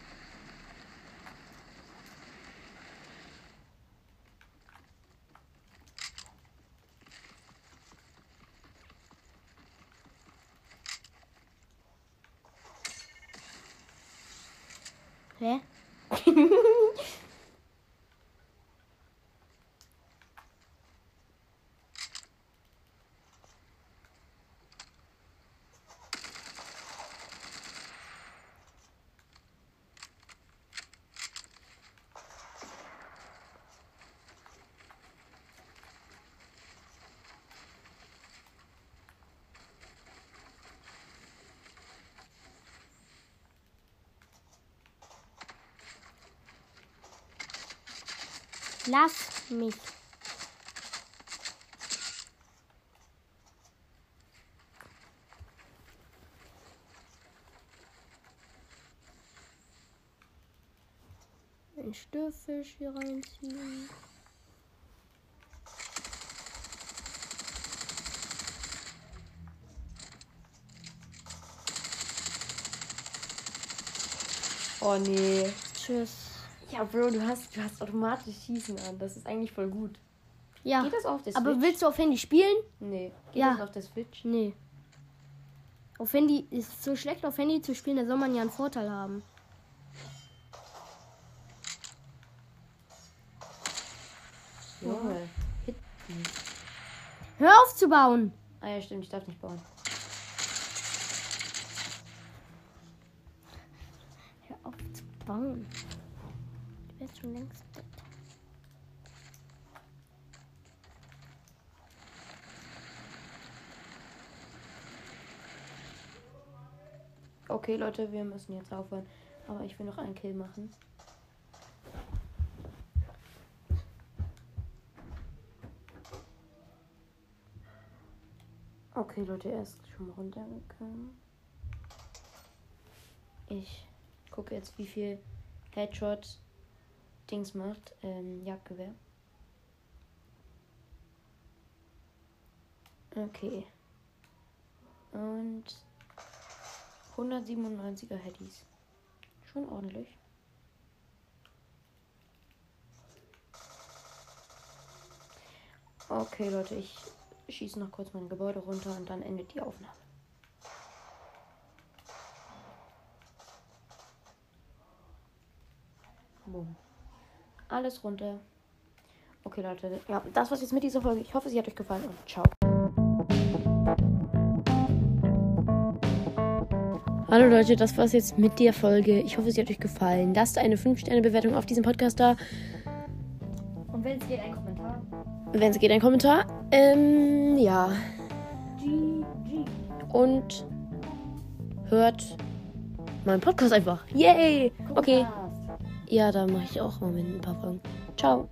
[SPEAKER 1] [LAUGHS]
[SPEAKER 2] Hä? Lass mich. Den Störfisch hier reinziehen.
[SPEAKER 1] Oh nee.
[SPEAKER 2] Tschüss.
[SPEAKER 1] Ja, Bro, du hast, du hast automatisch Schießen an. Das ist eigentlich voll gut.
[SPEAKER 2] Ja,
[SPEAKER 1] Geht das auf der Switch?
[SPEAKER 2] aber willst du auf Handy spielen?
[SPEAKER 1] nee. Geht
[SPEAKER 2] Ja.
[SPEAKER 1] das auf der Switch?
[SPEAKER 2] Nee.
[SPEAKER 4] Auf Handy ist so schlecht, auf Handy zu spielen, da soll man ja einen Vorteil haben.
[SPEAKER 1] Junge.
[SPEAKER 4] Hör auf zu bauen!
[SPEAKER 1] Ah ja, stimmt, ich darf nicht bauen.
[SPEAKER 4] Hör auf zu bauen. Du wärst schon längst tot.
[SPEAKER 1] Okay, Leute, wir müssen jetzt aufhören. Aber ich will noch einen Kill machen. Okay, Leute, er ist schon mal runtergegangen. Ich gucke jetzt, wie viel Headshot Dings macht. Ähm, Jagdgewehr. Okay. Und 197er Headies. Schon ordentlich. Okay, Leute, ich schieße noch kurz mein Gebäude runter und dann endet die Aufnahme. Boom. Alles runter. Okay, Leute, ja, das war's jetzt mit dieser Folge. Ich hoffe, sie hat euch gefallen und ciao. Hallo Leute, das war's jetzt mit der Folge. Ich hoffe, sie hat euch gefallen. Lasst eine 5-Sterne-Bewertung auf diesem Podcast da.
[SPEAKER 2] Und wenn es geht, ein Kommentar.
[SPEAKER 1] Wenn es geht, ein Kommentar. Ähm, ja.
[SPEAKER 2] GG.
[SPEAKER 1] Und hört meinen Podcast einfach. Yay! Okay. Ja, da mache ich auch mal mit ein paar Folgen. Ciao.